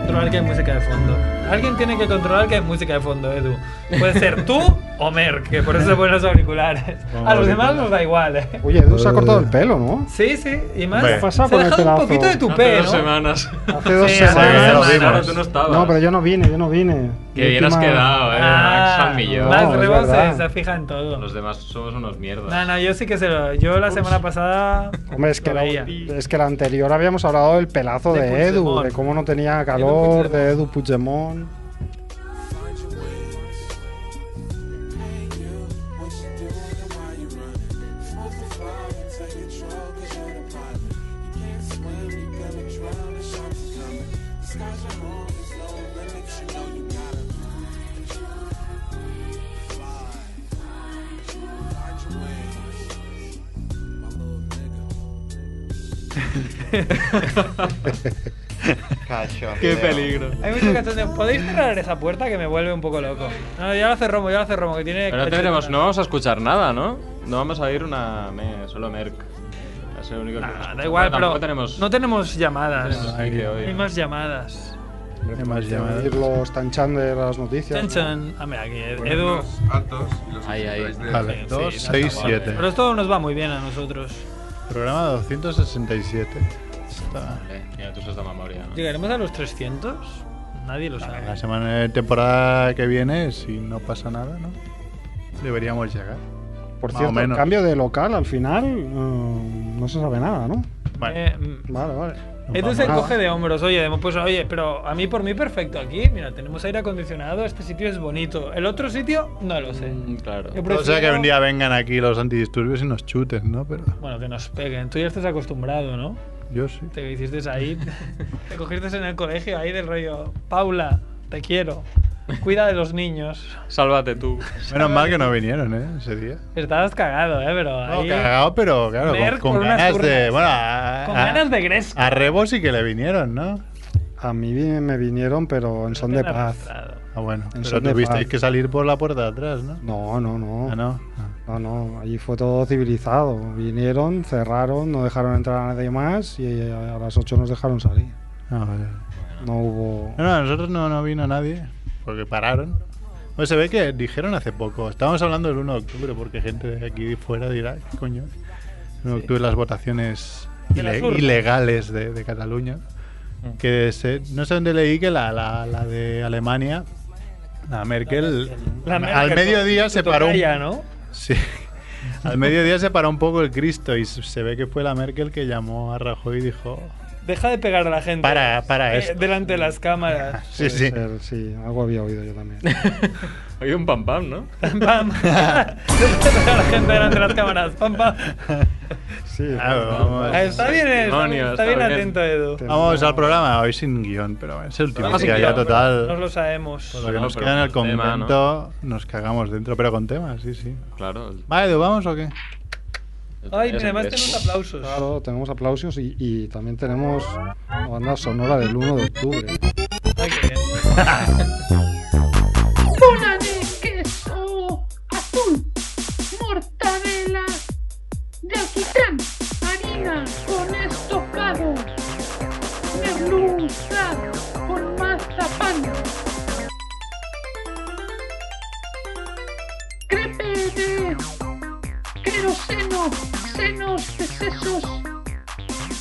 controlar que hay música de fondo. Alguien tiene que controlar que hay música de fondo, Edu. Puede ser tú o Merck, que por eso se ponen los auriculares. A los demás nos da igual, ¿eh? Oye, Edu se ha cortado el pelo, ¿no? Sí, sí, y más. Ve. Se Pasa ha por el dejado un pedazo. poquito de tu Hace pelo. dos semanas. Hace dos Sí, hace Ya lo semanas. dos vimos. semanas. Claro, tú no estabas. No, pero yo no vine, yo no vine. Qué Mi bien has última- quedado, eh. Ah. Max San Millón. Max No, es Rebo se, verdad. se fija en todo. Los demás somos unos mierdas. No, no, yo sí que se lo. Yo la semana pasada. Hombre, es que, lo la, veía. es que la anterior habíamos hablado del pelazo De de, Edu, Puigdemont. de cómo no tenía calor, de Edu Puigdemont. Cacho. Qué feo. peligro. Hay mucha canción de. ¿Podéis cerrar esa puerta que me vuelve un poco loco? No, ya la cerramos, ya la cerramos, que tiene. Pero no tendremos, no vamos a escuchar nada, ¿no? No vamos a ir una. me- solo Merck. Es el único que. Ah, hemos da escuchado. igual, pero. tampoco tenemos. No tenemos tenemos llamadas. clique hoy. Hay más llamadas. Podemos ir los tanchan de las noticias. Chan, chan. Hombre, aquí, eh, Edu. altos y los Ahí, ahí. subtitulares de- Vale, Sí, 2, sí, 6, está guapo. 7. Pero esto nos va muy bien a nosotros. Programa 267. Está- Vale, mira, tú sos de memoria. ¿no? ¿Llegaremos a los 300? Nadie lo sabe. La semana eh, temporada que viene, si no pasa nada, ¿no? Deberíamos llegar. Por Más o cierto, menos. cambio de local al final mm, no se sabe nada, ¿no? Vale. Eh, mm, Vale, vale. Edu se Nada. coge de hombros, oye, de- pues oye, pero a mí por mí perfecto aquí, mira, tenemos aire acondicionado, este sitio es bonito, el otro sitio no lo sé. Mm, Claro. Yo O sea que prefiero- un día vengan aquí los antidisturbios y nos chuten, ¿no? Pero Bueno, que nos peguen, tú ya estás acostumbrado, ¿no? yo sí. Te hiciste ahí, te cogiste en el colegio ahí del rollo, Paula, te quiero, cuida de los niños. Sálvate tú. Menos mal que no vinieron, ¿eh? Ese día. Estabas cagado, ¿eh? Pero No, ahí... cagado, pero claro, con, Merck con con unas ganas de. urnas. Bueno, a, Con a- ganas de Gresca. a Rebo sí que le vinieron, ¿no? A mí vi- me vinieron, pero en son de Te paz. arrastrado. Ah, bueno. Pero son de tuvisteis paz. que salir por la puerta de atrás, ¿no? No, no, no. Ah, no. Ah. No, no, allí fue todo civilizado. Vinieron, cerraron, no dejaron entrar a nadie más y a las 8 nos dejaron salir. Ah, vale. No hubo... No, no, a nosotros no, no vino nadie, porque pararon. Pues se ve que dijeron hace poco, estábamos hablando del 1 de octubre, porque gente de aquí fuera dirá, ¿qué coño? es? El 1 de octubre las votaciones De las ile- urnas. Mm. ilegales de, de Cataluña. Que se- no sé dónde leí que la, la- la de Alemania, la Merkel, La al Merkel, mediodía tu se paró un tocaya, ¿no? Sí. Al mediodía se paró un poco el Cristo y se ve que fue la Merkel que llamó a Rajoy y dijo... Deja de pegar a la gente. Para- para esto. Delante de las cámaras. Sí, Puede sí. ser, sí, algo había oído yo también. Oye, un pam pam, ¿no? Pam. Deja de pegar a la gente delante de las cámaras. Pam, pam. Sí, Ah, vamos. Ah, Está bien, eh, está, bien- Demonios, está bien está bien. atento, Edu. Te- Vamos al programa hoy sin guión, pero bueno, es el último Ah, Programa sin día ya guión, total. No lo sabemos. Lo que Bueno, nos pero queda en el con tema, convento nos cagamos dentro, pero con temas, sí, sí. Claro. el- Vale, Edu, ¿vamos o qué? Ay, es mira, además el- tenemos aplausos. Claro, tenemos aplausos y, y también tenemos la banda sonora del 1 de octubre. Ay, qué bien. Bola de queso azul, mortadela de alquitrán, harina con estocado, merluza con mazapán, crepe de queroseno, senos de sesos,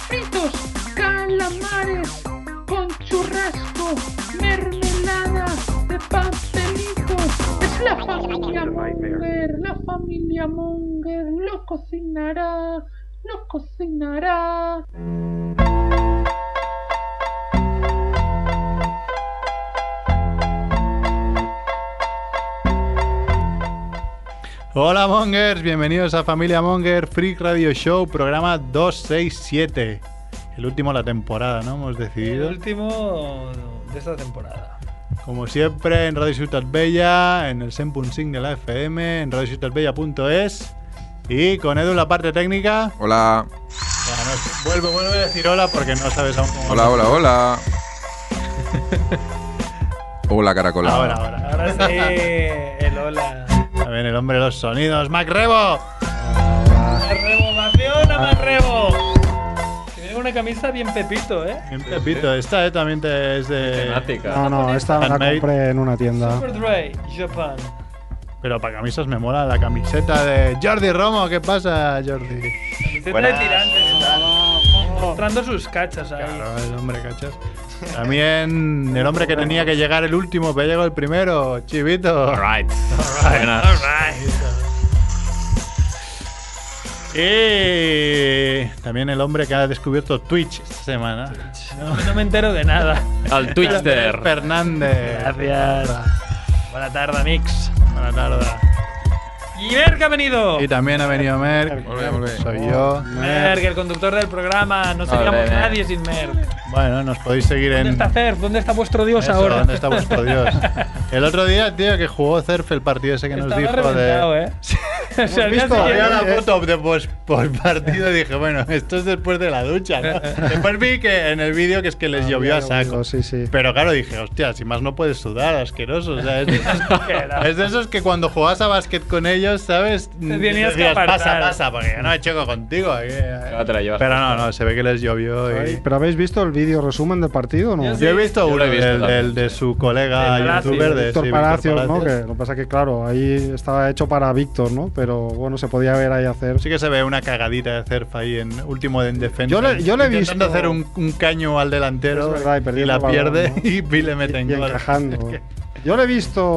fritos, calamares con churrasco, mermelada de pastelitos. Es la familia Monger, la familia Monger lo cocinará, lo cocinará. Hola Mongers, bienvenidos a Familia Monger Freak Radio Show, programa 267. El último de la temporada, ¿no? Hemos El decidido. último de esta temporada. Como siempre, en Radio Ciutat Bella, en el 100.5 de la FM, en radiociutatbella.es y con Edu en la parte técnica. Hola, Buenas noches. Vuelve, vuelve a decir hola porque no sabes aún cómo. hola, hola, hola. Hola, caracola. Ahora, ahora. Ahora sí, el hola. También el hombre de los sonidos, Mac Rebo. Ah. Más rebo, mafiona, más rebo. Que viene una una camisa bien pepito, ¿eh? En Pepito, esta eh, también te- es de. Temática. No, no, esta me la Handmade. compré en una tienda. Super Dry, Japan. Pero para camisas me mola la camiseta de Jordi Romo. ¿Qué pasa, Jordi? Camiseta Buenas. de tirantes y tal. Mostrando sus cachas ahí. Claro, el hombre, ¿cachas? También el hombre que tenía que llegar el último, pero llegó el primero, Chivito. Alright. Y también el hombre que ha descubierto Twitch esta semana. No, no me entero de nada. Al Twitchster. Fernández. Gracias. Buena tarde, Mix. Buenas tardes. Y Merck ha venido. Y también ha venido Merck. Volve, volve. Soy yo. Merck, el conductor del programa. No seríamos Merck. nadie sin Merck. Bueno, nos podéis seguir ¿Dónde en. está Fer? ¿Dónde está vuestro dios Em, Eso, ahora? ¿Dónde está vuestro Dios? El otro día, tío, que jugó Cerf el partido ese que nos Estaba dijo reventado, de. ¿eh? O sea, al día Visto, siguiente- había la foto de pos, partido y dije, bueno, esto es después de la ducha, ¿no? Después vi que en el vídeo que es que les llovió a saco. Sí, sí. Pero claro, dije, hostia, si más no puedes sudar, asqueroso. O sea, es, de esos, Asqueroso. es de esos que cuando jugabas a básquet con ellos, ¿sabes? tenías que pasa, apartar". pasa, porque yo no he choco contigo. aquí, eh". Llévatela, llévatela. Pero no, no, se ve que les llovió y... Ay, ¿Pero habéis visto el vídeo resumen del partido o no? Yo sí. Yo he visto Yo lo uno, he visto el, también, el de su colega El Palacios. youtuber de Víctor sí, Palacios, ¿no? Palacios. Que lo que pasa es que, claro, ahí estaba hecho para Víctor, ¿no? Pero bueno, se podía ver ahí hacer. Sí que se ve una cagadita de Cerf ahí en último en defensa. Yo le- yo le he Intentando visto- hacer un, un caño al delantero Es verdad, y y perdiendo la el balón, pierde ¿no? y Pi le mete en y gol. encajando. Yo lo he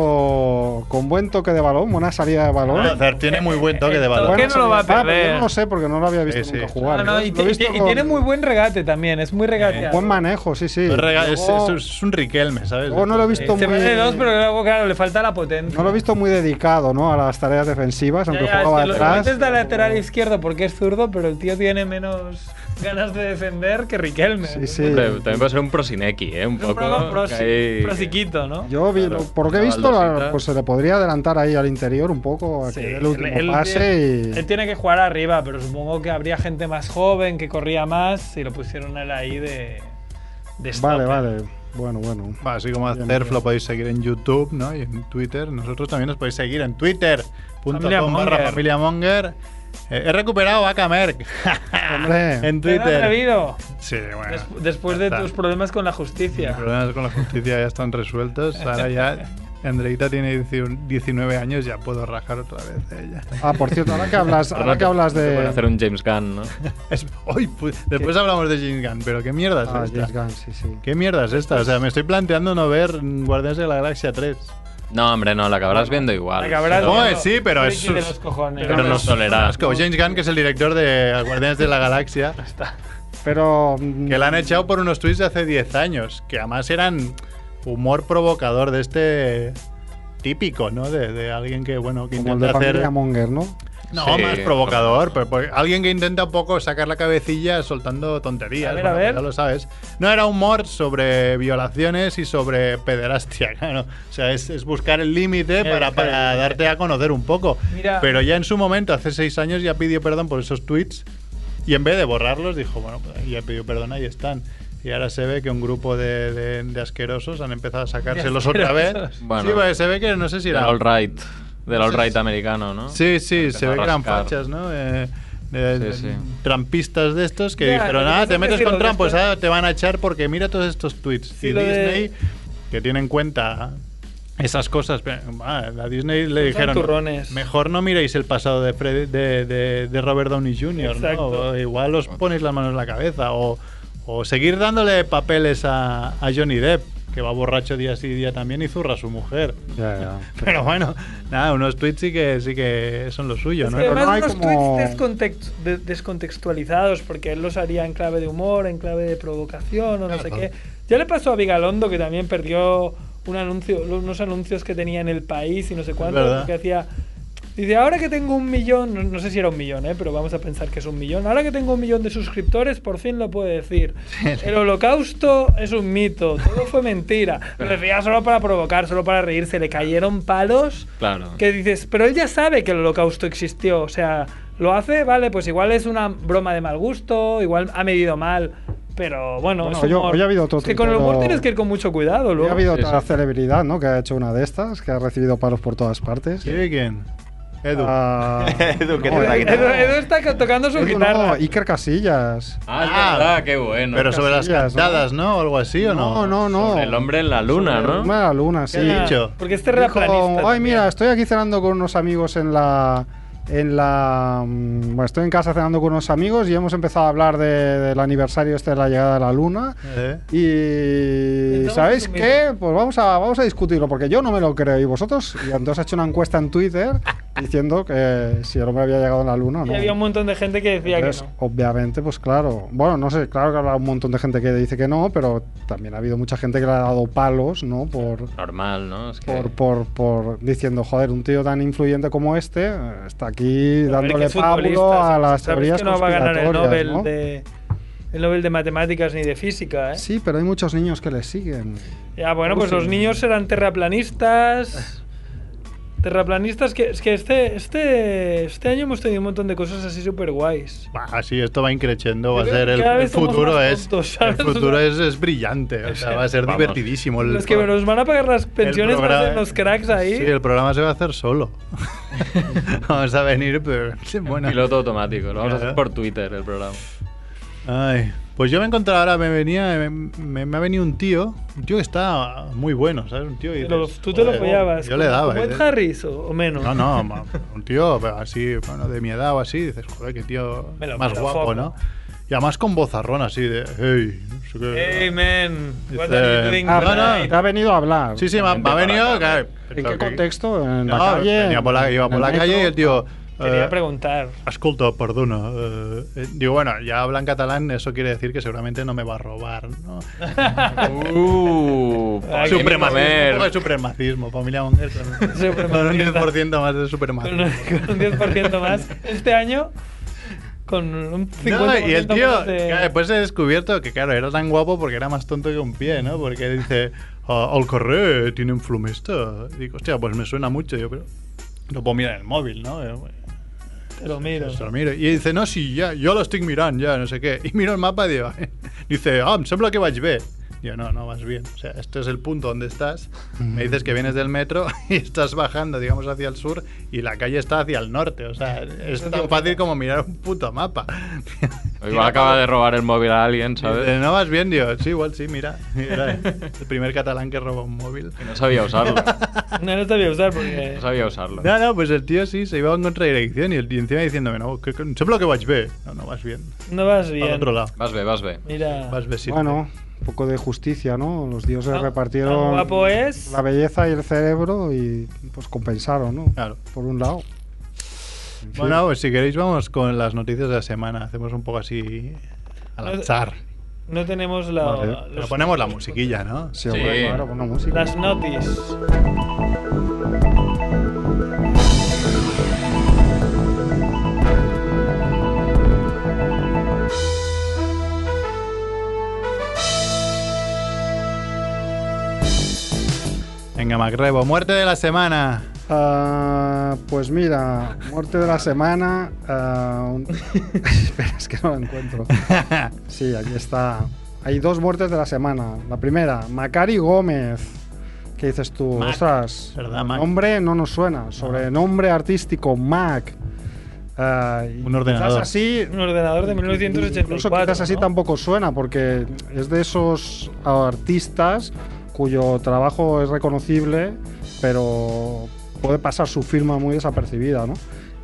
visto con buen toque de balón, buena salida de balón. No, Cerf tiene muy buen toque de ¿Por balón. qué no lo va a Ah, pero perder? yo no lo sé porque no lo había visto Sí, sí. nunca Ah, jugar. no, Lo y, he ti- visto y ti- y con- tiene muy buen regate también, es muy regateado. Buen manejo, sí, sí. Es rega- es, Luego- es- es un Riquelme, ¿sabes? luego no lo he visto Se muy. vale dos, pero luego, claro, le falta la potencia. No lo he visto muy dedicado, ¿no? A las tareas defensivas, Ya, aunque ya, es jugaba que lo- detrás. Lo metes de lateral izquierdo porque es zurdo, pero el tío tiene menos ganas de defender que Riquelme. Sí, sí. Hombre, También puede ser un prosineki, ¿eh? Un Es un poco. poco prosi- que ahí- prosiquito, ¿no? Yo, vi, Claro, por lo que he una visto, la- baldosita. pues se le podría adelantar ahí al interior un poco, a Sí, que dé él- el último él pase tiene- y. Él tiene que jugar arriba, pero supongo que habría gente más joven que corría más y lo pusieron él ahí de. de Vale, stopper. vale. Bueno, bueno. Bueno, así como a Bien, Cerf bien. lo podéis seguir en YouTube ¿no? y en Twitter. Nosotros también nos podéis seguir en Familia twitter.com barra Monger. familia Monger. Eh, he recuperado a Camerc Eh. Hombre. en Te han Twitter. atrevido, Sí, bueno. des- después de ya está. tus problemas con la justicia. Los problemas con la justicia ya están resueltos. Ahora ya Andreita tiene 19 19 años, ya puedo rajar otra vez ¿eh? de ella. Ah, por cierto, ahora que hablas, Pero ahora no que te- hablas no te pueden hacer de. un James Gunn, ¿no? Es- hoy, pu- después hablamos de James Gunn, pero qué mierda es Ah, esta. James Gunn, sí, sí. ¿Qué mierda es esta? O sea, me estoy planteando no ver Guardianes de la Galaxia 3. No, hombre, no, la acabarás viendo igual. Acabarás Pero- Joder, viendo eh, sí, pero friki es sus- de los cojones. Pero nos dolerá. Es como James Gunn, que es el director de Guardianes de la Galaxia, Pero. mm, que la han echado por unos tweets de hace 10 años, que además eran humor provocador de este típico, ¿no? De, de alguien que, bueno, que Como el de intenta hacer... Familia Monger, ¿no? No, Sí, más provocador. Pero, porque alguien que intenta un poco sacar la cabecilla soltando tonterías. A ver, bueno, pues a ver. Ya lo sabes. No era humor sobre violaciones y sobre pederastia, claro. O sea, es, es buscar el límite para, claro, para claro. darte a conocer un poco. Eh, Mira. Pero ya en su momento, hace seis años, ya pidió perdón por esos tweets. Y en vez de borrarlos, dijo, bueno, pues ya pidió perdón, ahí están. Y ahora se ve que un grupo de, de- de asquerosos han empezado a sacárselos otra vez. asquerosos. Bueno. sí, porque se ve que no sé si Del era All Right. Del All Right americano, ¿no? Sí, sí, Empezó se ve a que eran rascar. fachas, ¿no? Eh, eh, Sí, sí. Trampistas de estos que Ya, dijeron, lo que ah, pasa es te que metes si con lo Trump, pues dejas- ahora te van a echar porque mira todos estos tweets. Si y lo de- Disney, que tiene en cuenta esas cosas, pero, ah, a Disney le dijeron, turrones. mejor no miréis el pasado de, Fred- de, de- de Robert Downey Jr., ¿no? Exacto. O igual os ponéis las manos en la cabeza, o, o seguir dándole papeles a, a Johnny Depp, que va borracho día sí día también y zurra a su mujer. Ya, ya. Pero bueno, nada, unos tweets sí que, sí que son lo suyo, Es ¿no? que Pero no además hay unos como- tweets descontext- de- descontextualizados, porque él los haría en clave de humor, en clave de provocación o no sé qué. Ya le pasó a Vigalondo, que también perdió un anuncio, unos anuncios que tenía en el país y no sé verdad. cuánto, que hacía... Dice, ahora que tengo un millón, no, no sé si era un millón, ¿eh? pero vamos a pensar que es un millón. Ahora que tengo un millón de suscriptores, por fin lo puedo decir. El holocausto es un mito, todo fue mentira. Lo decía solo para provocar, solo para reírse. Le cayeron palos Claro. que dices, pero él ya sabe que el holocausto existió, o sea, lo hace, vale, pues igual es una broma de mal gusto, igual ha medido mal, pero bueno, Bueno, es hoy- humor. hoy ha habido otro Es que con el humor tuitero- tienes que ir con mucho cuidado, Luego luego. ha habido Sí, otra sí. celebridad, ¿no? Que ha hecho una de estas, que ha recibido palos por todas partes. ¿Sí? ¿Quién? Edu. Ah, Edu, que no, te está Edu, Edu- quitando. Edu está tocando su Edu, guitarra. no, Iker Casillas. Ah, es Ah, verdad, qué bueno. Pero sobre las Casillas, ¿no? cantadas, ¿no? O algo así, ¿o no? No, no, no. El hombre en la luna, ¿no? Una de la luna, sí. ¿Qué ha dicho? Porque este era Dijo, planista. Ay, también". mira, estoy aquí cenando con unos amigos en la. En la. mm, Bueno, estoy en casa cenando con unos amigos y hemos empezado a hablar de- del aniversario este de la llegada de la luna. ¿Eh? Y. Entramos ¿Sabéis en qué? Pues vamos a, vamos a discutirlo, porque yo no me lo creo. Y vosotros, y entonces he hecho una encuesta en Twitter diciendo que si el hombre había llegado a la luna o Y no. había un montón de gente que decía Entonces, que no. Obviamente, pues claro. Bueno, no sé, claro que habrá un montón de gente que dice que no, pero también ha habido mucha gente que le ha dado palos, ¿no? Por, Normal, ¿no? Es que... por, por, por diciendo, joder, un tío tan influyente como este eh, está aquí Pero a ver, dándole qué futbolistas, pábulo a ¿sabes? las Sabes teorías que no va a ganar el conspiratorias, Nobel, ¿no? de, el Nobel de Matemáticas ni de Física, ¿eh? Sí, pero hay muchos niños que le siguen. Ya, bueno, pues Uy. los niños serán terraplanistas. Terraplanistas que es que este este este año hemos tenido un montón de cosas así súper guays. Bah, sí, esto va increciendo, va a Yo creo ser que el, cada el vez somos futuro más es tontos, ¿sabes? el futuro O sea, es, es brillante, o sea, va a ser Vamos. divertidísimo. El Los que pro- nos van a pagar las pensiones el van a programa- eh. ser los cracks ahí. Sí, el programa se va a hacer solo. vamos a venir, pero bueno. Piloto automático. Lo vamos a hacer Claro. por Twitter el programa. Ay, pues yo me he encontrado ahora, me venía, me, me- me ha venido un tío, un tío que está muy bueno, ¿sabes? Un tío y Te lo- dices, tú te lo "Joder, apoyabas. Yo le daba. ¿Como y Ed dices, Harris o, o menos? No, no, ma- un tío pero así, bueno, de mi edad o así, dices, joder, qué tío Me lo- más me lo guapo, foco. ¿no? Y además con vozarrón así de, hey, no sé qué". Hey, man. What Dice- are you doing Ah, tonight? no, Te ha venido a hablar. Sí, sí, me ha, me ha venido. ¿En claro, pero qué que- contexto? ¿En No, la calle? venía por la, iba ¿En por el la metro? calle y el tío. Quería eh, preguntar. Escolta, perdona. eh, eh, digo, bueno, ya habla en catalán, eso quiere decir que seguramente no me va a robar, ¿no? Uh, Ay, Paquín supremacismo, un Comer. poco de supremacismo, familia Monger. Con, con un 10% más de Con un con supremacismo. un 10% más. Este año, con un 50% No, y el tío, pues, más de- claro, después he descubierto que, claro, era tan guapo porque era más tonto que un pie, ¿no? Porque dice, "Ah, al correr tiene un flumista. Digo, hostia, pues me suena mucho. Yo, pero lo puedo mirar en el móvil, ¿no? Yo, bueno, Te lo miro. se lo miro. I dice, no, sí, ja, jo l'estic mirant, ja, no sé qué. Y miro el mapa y digo, dice, ah, me sembla que vaig bé. Yo, no, no vas bien. O sea, este es el punto donde estás. Me dices que vienes del metro y estás bajando, digamos, hacia el sur y la calle está hacia el norte. O sea, es tan fácil como mirar un puto mapa. Igual acaba de robar el móvil a alguien, Dice, ¿sabes? no vas bien, digo, sí, igual sí, mira. Era el primer catalán que roba un móvil. No sabía usarlo. No, no te voy a usar porque. No sabía usarlo. No, no, pues el tío sí, se iba en contradirección y, el, y encima diciéndome, no, que, que, em sembla que vaig bé. No, no vas bien. No vas Al bien. otro lado. Vas ve, vas ve. Mira. Vas besito. Bueno, un poco de justicia, ¿no? Los dioses Ah, repartieron tan guapo es. la belleza y el cerebro y pues compensaron, ¿no? Claro. Por un lado. En fin. Bueno, pues si queréis vamos con las noticias de la semana. Hacemos un poco así al azar. No tenemos la. Vale. Eh, los- Pero ponemos la musiquilla, ¿no? sí, hombre, sí. claro, con una música. Las notis. Venga, Macrebo, muerte de la semana. Ah, pues mira, muerte de la semana. ah, un- Espera, es que no lo encuentro. Sí, aquí está. Hay dos muertes de la semana. La primera, Macari Gómez. ¿Qué dices tú? Mac, Ostras, ¿verdad, Mac? nombre no nos suena. Sobrenombre artístico, Mac. Ah, y Un quizás ordenador. así Un ordenador de Incluso 1984. quizás así ¿no? tampoco suena, porque es de esos artistas cuyo trabajo es reconocible, pero puede pasar su firma muy desapercibida, ¿no?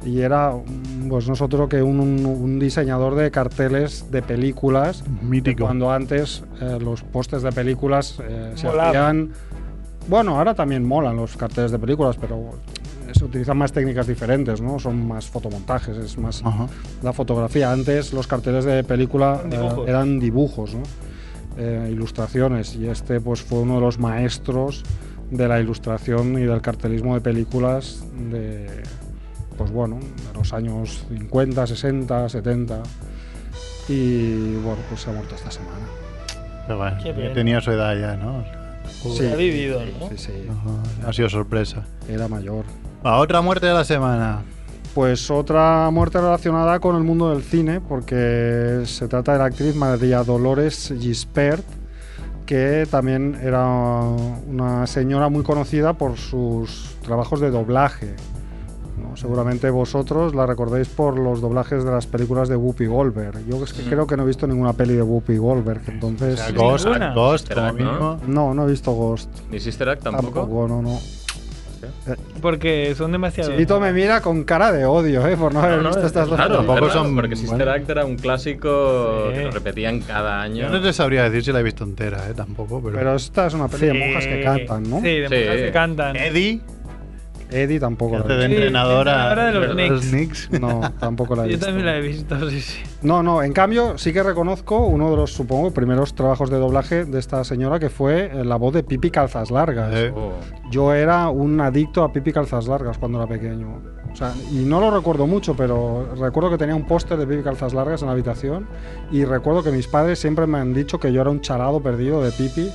Y era, mm, pues nosotros que un, un- un diseñador de carteles de películas, Mítico. cuando antes eh, los postes de películas eh, se Molaban. hacían... Bueno, ahora también molan los carteles de películas, pero se utilizan más técnicas diferentes, ¿no? Son más fotomontajes, es más Ajá. la fotografía. Antes los carteles de película Eran eh, dibujos. eran dibujos, ¿no? Eh, ilustraciones. Y este pues fue uno de los maestros de la ilustración y del cartelismo de películas de pues bueno, de los años 50, 60, 70. Y bueno, pues se ha muerto esta semana. Pero bueno, Qué ya pena. tenía su edad ya, ¿no? Ha vivido, Pues ¿no? sí, sí, No, Ha sido sorpresa. era mayor. Va, otra muerte de la semana. Pues otra muerte relacionada con el mundo del cine, porque se trata de la actriz María Dolores Gispert, que también era una señora muy conocida por sus trabajos de doblaje. ¿no? bueno, seguramente vosotros la recordéis por los doblajes de las películas de Whoopi Goldberg. Yo es que creo que no he visto ninguna peli de Whoopi Goldberg, O entonces... sea, Ghost, ninguna. Ghost, Será, como ¿no? mínimo. No, no he visto Ghost. Ni Sister Act tampoco. no, no. Porque son demasiado. Chivito me mira con cara de odio, ¿eh? Por no haber No, no, visto estas dos claro, películas. tampoco son. Porque Sister Bueno. Act era un clásico Sí. que lo repetían cada año. Yo no te sabría decir si la he visto entera, ¿eh? Tampoco, pero... Pero esta es una peli de monjas que cantan, ¿no? Eh, Sí, de monjas Sí. que cantan. Eddie, Eddie tampoco que la hace he de Sí, entrenadora entrenadora de los Knicks. visto. No, tampoco la he Yo visto. también la he visto, sí, sí. No, no, en cambio sí que reconozco uno de los, supongo, primeros trabajos de doblaje de esta señora que fue eh, la voz de Pipi Calzas Largas. Eh, Oh. Yo era un adicto a Pipi Calzas Largas cuando era pequeño. O sea, y no lo recuerdo mucho, pero recuerdo que tenía un póster de Pipi Calzas Largas en la habitación y recuerdo que mis padres siempre me han dicho que yo era un charado perdido de Pipi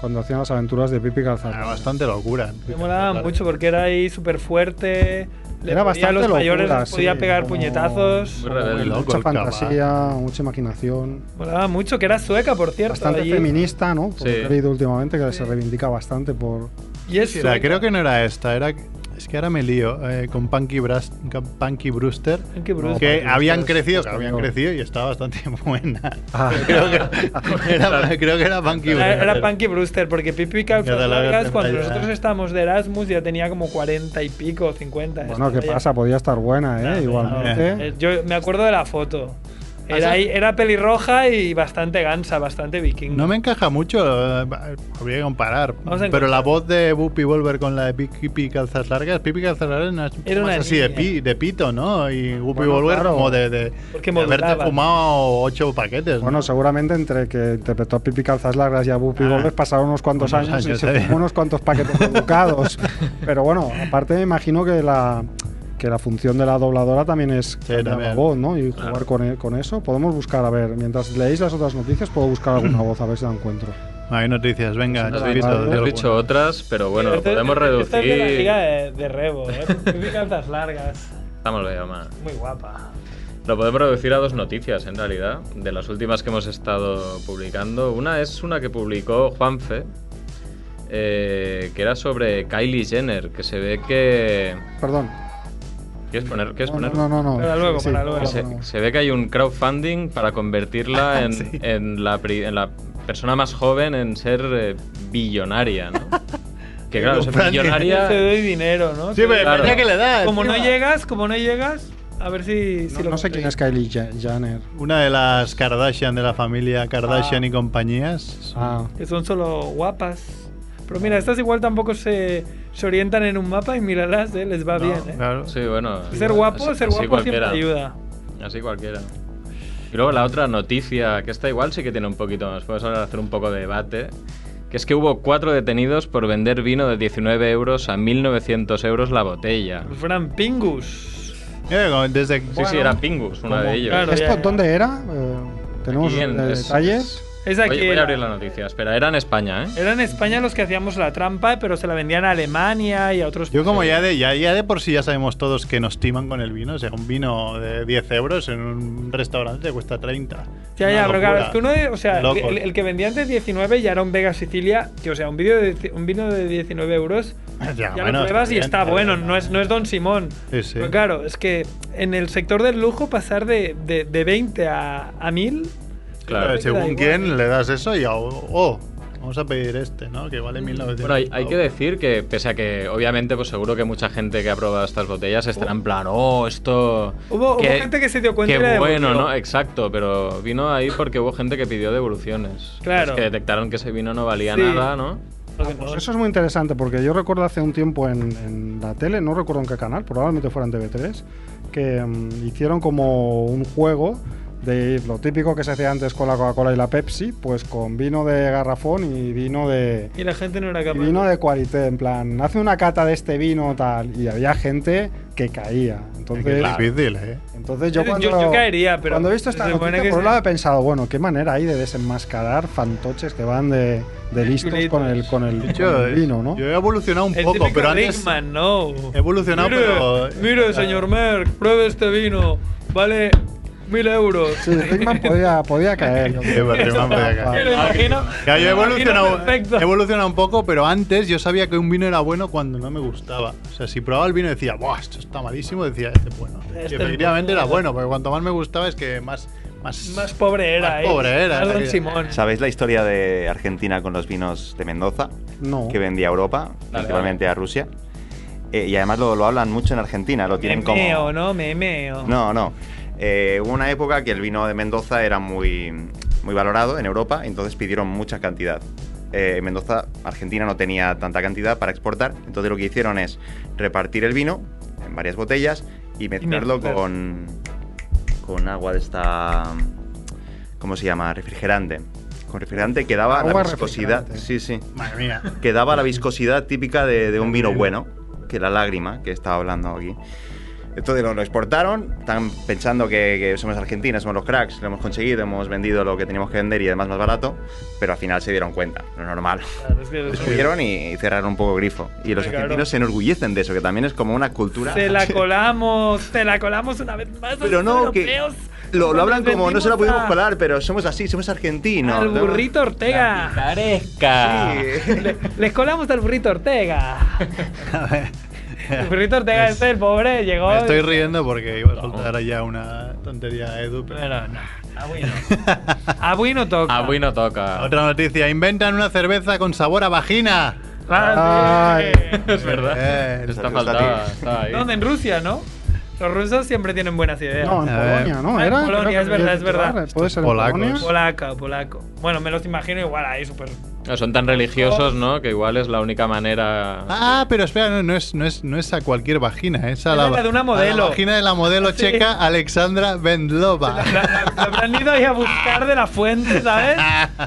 cuando hacían las aventuras de Pipi Calzas era Largas. Ah, bastante locura. Me molaba mucho porque era ahí súper fuerte. Le podía Era a bastante los mayores, locura, les podía sí, pegar como- puñetazos. Muy rebelde. Muy loco Mucha el chaval. fantasía, mucha imaginación. Molaba mucho, que era sueca, por cierto. Bastante allí. feminista, ¿no? Por lo Sí. que he leído últimamente, que se reivindica bastante por... Y es Sí, era- sueca. creo que no era esta, era... Es que ahora me lío eh, con Punky, Bras- con Punky Brewster, Qué bruto. Punky que Brewster habían es crecido, que español. habían crecido y estaba bastante buena. creo, que, era, creo que era Punky Ah. Era, Brewster. era Punky Brewster, porque Pipi Calzas Cada larga Largas, cuando temporada. nosotros estábamos de Erasmus, ya tenía como 40 y pico, 50. Bueno, ¿qué estaba ya- pasa? Podía estar buena, ¿eh? Claro, Igualmente. Eh, Yo me acuerdo de la foto. Ah, sí. Era, ahí- era pelirroja y bastante gansa, bastante viking. No me encaja mucho, eh, habría que comparar. Vamos a Pero encontrar. la voz de Buppy Volver con la de Pipi Calzas Largas, Pipi Calzas Largas no es Era más una así de, niña. pi- de pito, ¿no? Y Buppy Bueno, Volver claro. como de, de- Porque de haberte modulaba. fumado ocho paquetes. pues ¿no? Bueno, seguramente entre que interpretó a Pipi Calzas Largas y a Bupi Ah. Gómez pasaron unos cuantos Unos años, y años, se ¿eh? fumó unos cuantos paquetes de bocados. Pero bueno, aparte me imagino que la que la función de la dobladora también es cambiar la también. voz, ¿no? Y jugar con, e, con eso. Podemos buscar, a ver, mientras leéis las otras noticias, puedo buscar alguna voz, a ver si la encuentro. Hay noticias, venga, Has Vale, Chivito, vale. di Has Pero dicho alguna. otras, pero bueno, Esto- podemos Esta Este es de la liga reducir. de, de rebo, ¿eh? Pipi Calzas Largas. Estamos bien, mamá. Muy guapa. Lo podemos reducir a dos noticias, en realidad, de las últimas que hemos estado publicando. Una es una que publicó Juanfe, eh, que era sobre Kylie Jenner, que se ve que... Perdón. ¿Quieres poner? ¿Quieres No, no, poner? no, no, no. Para luego, para Que luego. se, se ve que hay un crowdfunding para Ah, convertirla en, en la, pri- en la persona más joven en ser eh, billonaria, ¿no? Que claro, ser Crowdfunding. Yo te billonaria... doy dinero, ¿no? Te Sí, pero doy- Claro. depende que le das. Como no tío. llegas, como no llegas, a ver si, si No, lo no sé quién es Kylie Ja- Jenner. Una de las Kardashian de la familia Kardashian Ah. y compañías. Ah, que son solo guapas. Pero mira, estas igual tampoco se, se orientan en un mapa y míralas, ¿eh? les va No, bien. ¿eh? Ah, claro. Sí, bueno. Ser guapo, así- ser así guapo siempre cualquiera. ayuda. Así cualquiera. Y luego la otra noticia, que está igual sí que tiene un poquito más, podemos ahora hacer un poco de debate, que es que hubo cuatro detenidos por vender vino de 19 euros a 1.900 euros la botella. Pues fueran pingus. Mira, como Desde Sí, sí, era Pingus, uno de ellos. Claro, ¿Esto ya, ya. dónde era? Eh, ¿Tenemos Aquí en- eh, es- detalles? Es Oye, aquí. voy a abrir la noticia. Espera, era en España, ¿eh? Eran en España los que hacíamos la trampa, pero se la vendían a Alemania y a otros Yo como países. ya de, ya, ya de por sí ya sabemos todos que nos timan con el vino, o sea, un vino de 10 euros en un restaurante te cuesta 30. Ya, Una ya, pero claro, locura. es que uno de, o sea, Loco. el, el que vendía antes 19 ya era un Vega Sicilia, que o sea, un, vídeo de, un vino de 19 euros, Ya, ya bueno, lo pruebas y bien, está ya, bueno, ya. no es, no es Don Simón. Sí, sí. Pero claro, es que en el sector del lujo pasar de, de, de 20 a, a 1000, Claro. Pero según igual. quién le das eso y oh, oh, vamos a pedir este, ¿no? Que Mm. vale 1900. Bueno, hay, hay que decir que, pese a que, obviamente, pues seguro que mucha gente que ha probado estas botellas estará en plan, oh, esto... Hubo- hubo gente que se dio cuenta Qué y la bueno, devolvió". ¿no? Exacto, pero vino ahí porque hubo gente que pidió devoluciones. Claro. Es que detectaron que ese vino no valía Sí. nada, ¿no? lo que Pues no- eso es muy interesante porque yo recuerdo hace un tiempo en, en la tele, no recuerdo en qué canal, probablemente fuera en TV3, que mm, hicieron como un juego de ir lo típico que se hacía antes con la Coca-Cola y la Pepsi, pues con vino de garrafón y vino de Y la gente no era y capaz. vino de cualité, en plan, hace una cata de este vino tal y había gente que caía. Es Entonces, que es difícil, ¿eh? entonces yo Yo- cuando yo caería, pero cuando he visto esta se supone noticia, que por un se- lado he pensado, bueno, qué manera hay de desenmascarar fantoches que van de, de listos con el con el, De con hecho, el vino, ¿no? eh. Yo he evolucionado un El poco, típico pero antes Rickman, no. he evolucionado, Mire, pero eh, mire, señor Merck, pruebe este vino. Vale Mil euros. Sí, Rickman podía, podía caer. yo creo. Rickman podía caer. Me lo imagino. Ya, yo he me lo imagino Ah, evolucionado, perfecto. he evolucionado un poco, pero antes yo sabía que un vino era bueno cuando no me gustaba. O sea, si probaba el vino y decía, ¡buah, esto está malísimo! Decía, este es bueno. Este es y efectivamente era bueno. bueno, porque cuanto más me gustaba es que más. Más, Más pobre era, más ¿eh? pobre era. Más Don aquello. Simón. ¿Sabéis la historia de Argentina con los vinos de Mendoza? No. Que vendía a Europa, principalmente a Rusia. Eh, y además lo, lo hablan mucho en Argentina, lo tienen como. Memeo, ¿no? Memeo. No, no. Eh, hubo una época que el vino de Mendoza era muy, muy valorado en Europa, entonces pidieron mucha cantidad. Eh, en Mendoza, Argentina no tenía tanta cantidad para exportar, entonces lo que hicieron es repartir el vino en varias botellas y mezclarlo mezclar. con, con agua de esta... ¿Cómo se llama? Refrigerante. Con refrigerante que daba la Agua viscosidad. refrigerante. Sí, sí. Madre mía. Que daba la viscosidad típica de, de un vino bueno, que la lágrima que estaba hablando aquí. Entonces lo, lo exportaron, están pensando que, que somos Argentina, somos los cracks, lo hemos conseguido, hemos vendido lo que teníamos que vender y además más barato, pero al final se dieron cuenta, lo normal. Claro, es que- Subieron y, y cerraron un poco grifo. Y los Claro. argentinos se enorgullecen de eso, que también es como una cultura. Te la colamos, te la colamos una vez más. Pero no, los que europeos. lo, lo hablan Nos como no se la vendimos pudimos a- colar, pero somos así, somos argentinos. Al ¿no? burrito Ortega. ¡Picaresca! eh, Sí. Les colamos al burrito Ortega. El burrito Ortega este, el pobre, llegó. Me y- estoy riendo porque iba a soltar allá una tontería a Edu. pero- Pero no. Abuino. Abuino toca. A Bui Ah, no toca. Otra noticia: inventan una cerveza con sabor a vagina. Grande. Es verdad. Eh, Está salió hasta faltaba. ti. estaba ahí. ¿Dónde? En Rusia, Ah, ¿no? Los rusos siempre tienen buenas ideas. No, en A ver. Polonia, ¿no? Ah, en Era, Polonia, creo que es verdad, era- es verdad. ¿Puede ser en Polacos. Polonia? Polaca, polaco. Bueno, me los imagino igual ahí, súper. No, son tan religiosos, ¿no? Que igual es la única manera. Ah, pero espera, no, no es, no, es, no es a cualquier vagina, es a Es la, la de una modelo. a la vagina de la modelo Sí. checa Alexandra Vendlova. La, la- la habrán ido ahí a buscar de la fuente, ¿sabes?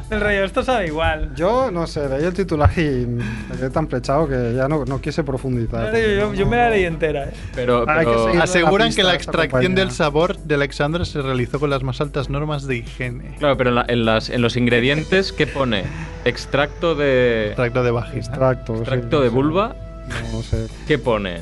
El rey, esto sabe igual. Yo, no sé, leí el titular y me quedé tan flechado que ya no, no quise profundizar. Yo, yo- yo me la leí entera, ¿eh? Pero, Hay que pero- seguir- Aseguran La pista que la de esta extracción compañía. del sabor de Alexandra se realizó con las más altas normas de higiene. claro, pero en, la- en las, en los ingredientes, ¿qué pone? Extracto de. Extracto de vagina. Extracto. sí, Extracto de no sé. vulva, No sé. ¿qué pone?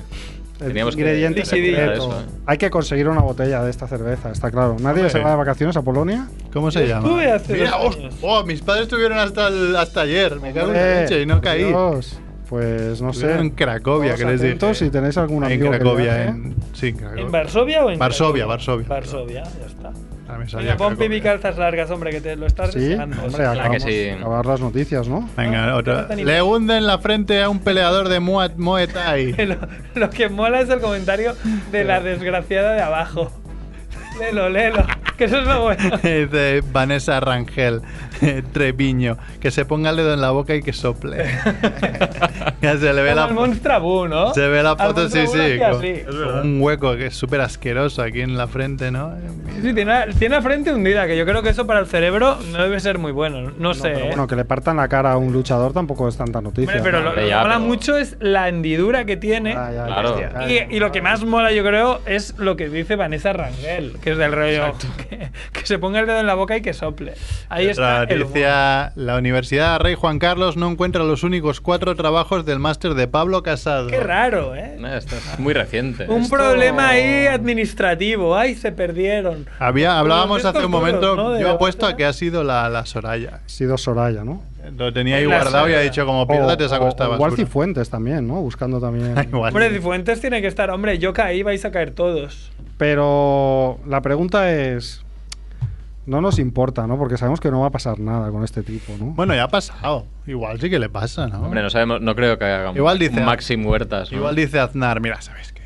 El Teníamos que ingrediente recordar secreto. eso, ¿eh? Hay que conseguir una botella de esta cerveza, está claro. Nadie se va de vacaciones a Polonia. ¿Cómo se llama? estuve hace Mira, dos oh, años. oh, mis padres estuvieron hasta, el- hasta ayer. Me cago en la Hombre, leche y no caí. Eh, Dios, Pues no sé. Estuvieron en Cracovia, Todos que les dije. atentos, si tenéis algún en amigo que Cracovia. viaje. En, sí, en Cracovia. ¿En Varsovia o en Cracovia? Varsovia, Varsovia. Varsovia, ya está. Ah, me salía Venga, pon Cracovia. pibi calzas largas, hombre, que te lo estás Sí, deseando. hombre, Hombre, acabamos que sí. de acabar las noticias, ¿no? Venga, No, otra. no te Le hunden la frente a un peleador de Muay Muay Thai. Lo, lo que mola es el comentario de la desgraciada de abajo. Lelo, lelo. Que eso es lo bueno. de Vanessa Rangel eh, Treviño. Que se ponga el dedo en la boca y que sople. Ya se le ve Como la el Monstra Boo, ¿no? Se ve la Al foto, sí, Monstra Boo lo sí. hacía con- así. con un hueco que es súper asqueroso aquí en la frente, ¿no? Sí, sí, tiene, la- tiene la frente hundida, que yo creo que eso para el cerebro no debe ser muy bueno. No, sé. Pero ¿eh? bueno, que le partan la cara a un luchador tampoco es tanta noticia. Hombre, pero lo, lo que Ya, mola pero- mucho es la hendidura que tiene. Ah, ya, ya, Claro. ya, ya. Y, y lo que más mola, yo creo, es lo que dice Vanessa Rangel, que es del rollo. Que, que se ponga el dedo en la boca y que sople. Ahí está. La el humor. noticia, la Universidad Rey Juan Carlos no encuentra los únicos cuatro trabajos del máster de Pablo Casado. Qué raro, ¿eh? No, esto es muy reciente. Un problema ahí administrativo. Ay, se perdieron. Había, hablábamos Los hace un discos duros, momento, ¿no? De yo la apuesto a banda. que ha sido la, la Soraya. Ha sido Soraya, ¿no? Lo tenía ahí La guardado y ha Soraya. dicho como pierda te saco esta o igual basura. Cifuentes también, ¿no? Buscando también. Igual. Hombre, Cifuentes tiene que estar. Hombre, yo caí, vais a caer todos. Pero la pregunta es. No nos importa, ¿no? Porque sabemos que no va a pasar nada con este tipo, ¿no? Bueno, ya ha pasado. Igual sí que le pasa, ¿no? Hombre, no sabemos, no creo que haga un- Igual dice- un Maxim Huertas. ¿no? Igual dice Aznar, mira, ¿sabes qué?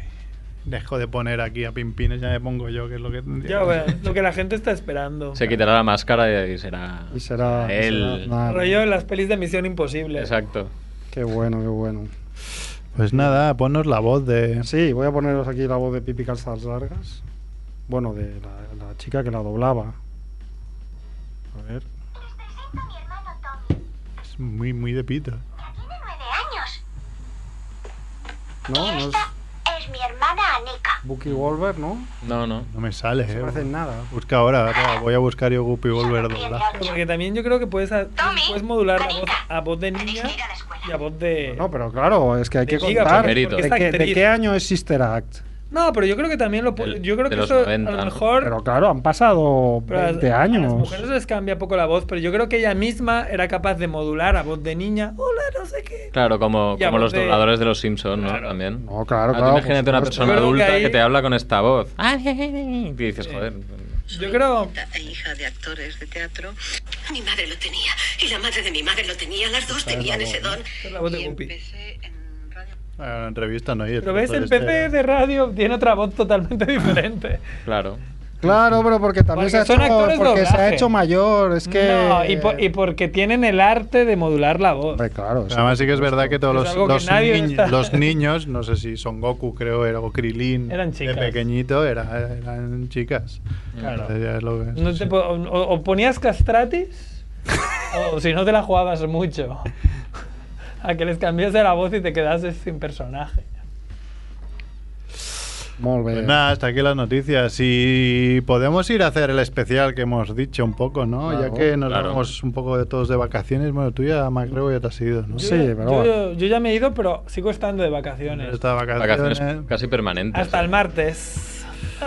Dejo de poner aquí a Pimpines, ya me pongo yo, que es lo que... Ya, bueno, lo que la gente está esperando. Se quitará la máscara y será. y será. y Él. será nada. Rollo en las pelis de Misión Imposible. Exacto. Qué bueno, qué bueno. Pues nada, ponnos la voz de... Sí, voy a poneros aquí la voz de Pipi Calzas Largas. Bueno, de la, la chica que la doblaba. A ver. presento a mi hermano Tommy. Es muy, muy de pito. Tiene nueve años. No, y no es esta es mi hermana Anika. Bucky Wolver, ¿no? No, no. No me sale, No eh. se parece en nada. Busca ahora, ahora voy a buscar yo Guppy Volver Tiene dobla. ocho. Porque también yo creo que puedes, ha- Tommy, puedes modular la voz Marica, a voz de tenéis niña que ir a la escuela. y a voz de. No, pero claro, es que hay Eh. de que giga, contar. porque- mérito. porque ¿De esta qué, de actriz- qué año es Sister Act? No, pero yo creo que también lo pu- Del- Yo creo de que los eso 90, a lo ¿no? mejor. Pero claro, han pasado pero a las- 20 A las años. mujeres les cambia poco la voz, pero yo creo que ella misma era capaz de modular a voz de niña. Hola, no sé qué. Claro, como, Y a como voz los de- dobladores de los Simpsons, ¿no? Claro. También. No, claro, Ah, tú claro, por imagínate una supuesto. persona Yo creo que adulta que, ahí- te habla con esta voz. Y dices, joder. Yo creo. e hija de actores de teatro. Mi madre lo tenía y la madre de mi madre lo tenía. Las dos tenían ese don. Esta es la voz de Y Guppy. empecé en radio. Era una entrevista, Ah, ¿no? este, Y Pero ves, el entonces PP era- de radio tiene otra voz totalmente diferente. Claro. Claro, pero porque Porque también se ha, son hecho, actores porque se ha doblaje. hecho mayor. Es que. No, y, po- y porque tienen el arte de modular la voz. Hombre, claro. Pero eso- Además sí que es verdad que todos Es los, algo que los nadie niñ- está- los niños, no sé si Son Goku creo, era, o Krilin, Eran de chicas. pequeñito era- eran chicas. Claro. Entonces ya es lo que- No te po- o, o ponías castratis, o si no te la jugabas mucho. A que les cambiase la voz y te quedases sin personaje. Molt bé. Pues nada, hasta aquí las noticias. Y podemos ir a hacer el especial que hemos dicho un poco, ¿no? Claro, ya que nos claro. vamos un poco de todos de vacaciones. Bueno, tú ya, Mac, creo que ya te has ido, ¿no? Sí, pero yo, bueno. yo ya me he ido, pero sigo estando de vacaciones. Esta vacaciones. Vacaciones casi permanentes. Hasta el martes.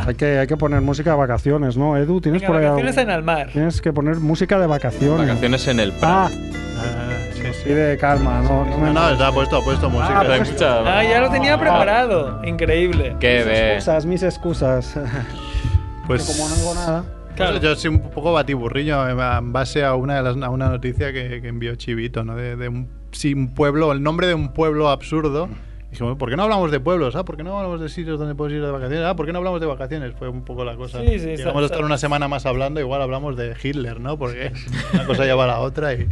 Hay que, hay que poner música de vacaciones, ¿no? Edu, tienes Venga, por ahí vacaciones en algún- el mar. Tienes que poner música de vacaciones. Vacaciones en el Ah, Prat. Ah, sí, sí. sí, de calma, no, no me No, no, está puesto, ha puesto música. Ah, ¿Te has escuchado? Ah, ya lo tenía preparado. Increíble. Qué be. excusas, mis excusas. pues Como no hago nada. Claro. Pues Yo soy un poco batiburrillo en base a una, de las, a una noticia que, que envió Chivito, ¿no? De, de un, sí, un pueblo, el nombre de un pueblo absurdo. Mm. Dijimos, ¿por qué no hablamos de pueblos? Ah, ¿por qué no hablamos de sitios donde puedes ir de vacaciones? Ah, ¿por qué no hablamos de vacaciones? Fue un poco la cosa. Sí, sí, Llegamos sa- a sa- estar una semana más hablando, igual hablamos de Hitler, ¿no? Porque una cosa lleva a la otra. Y,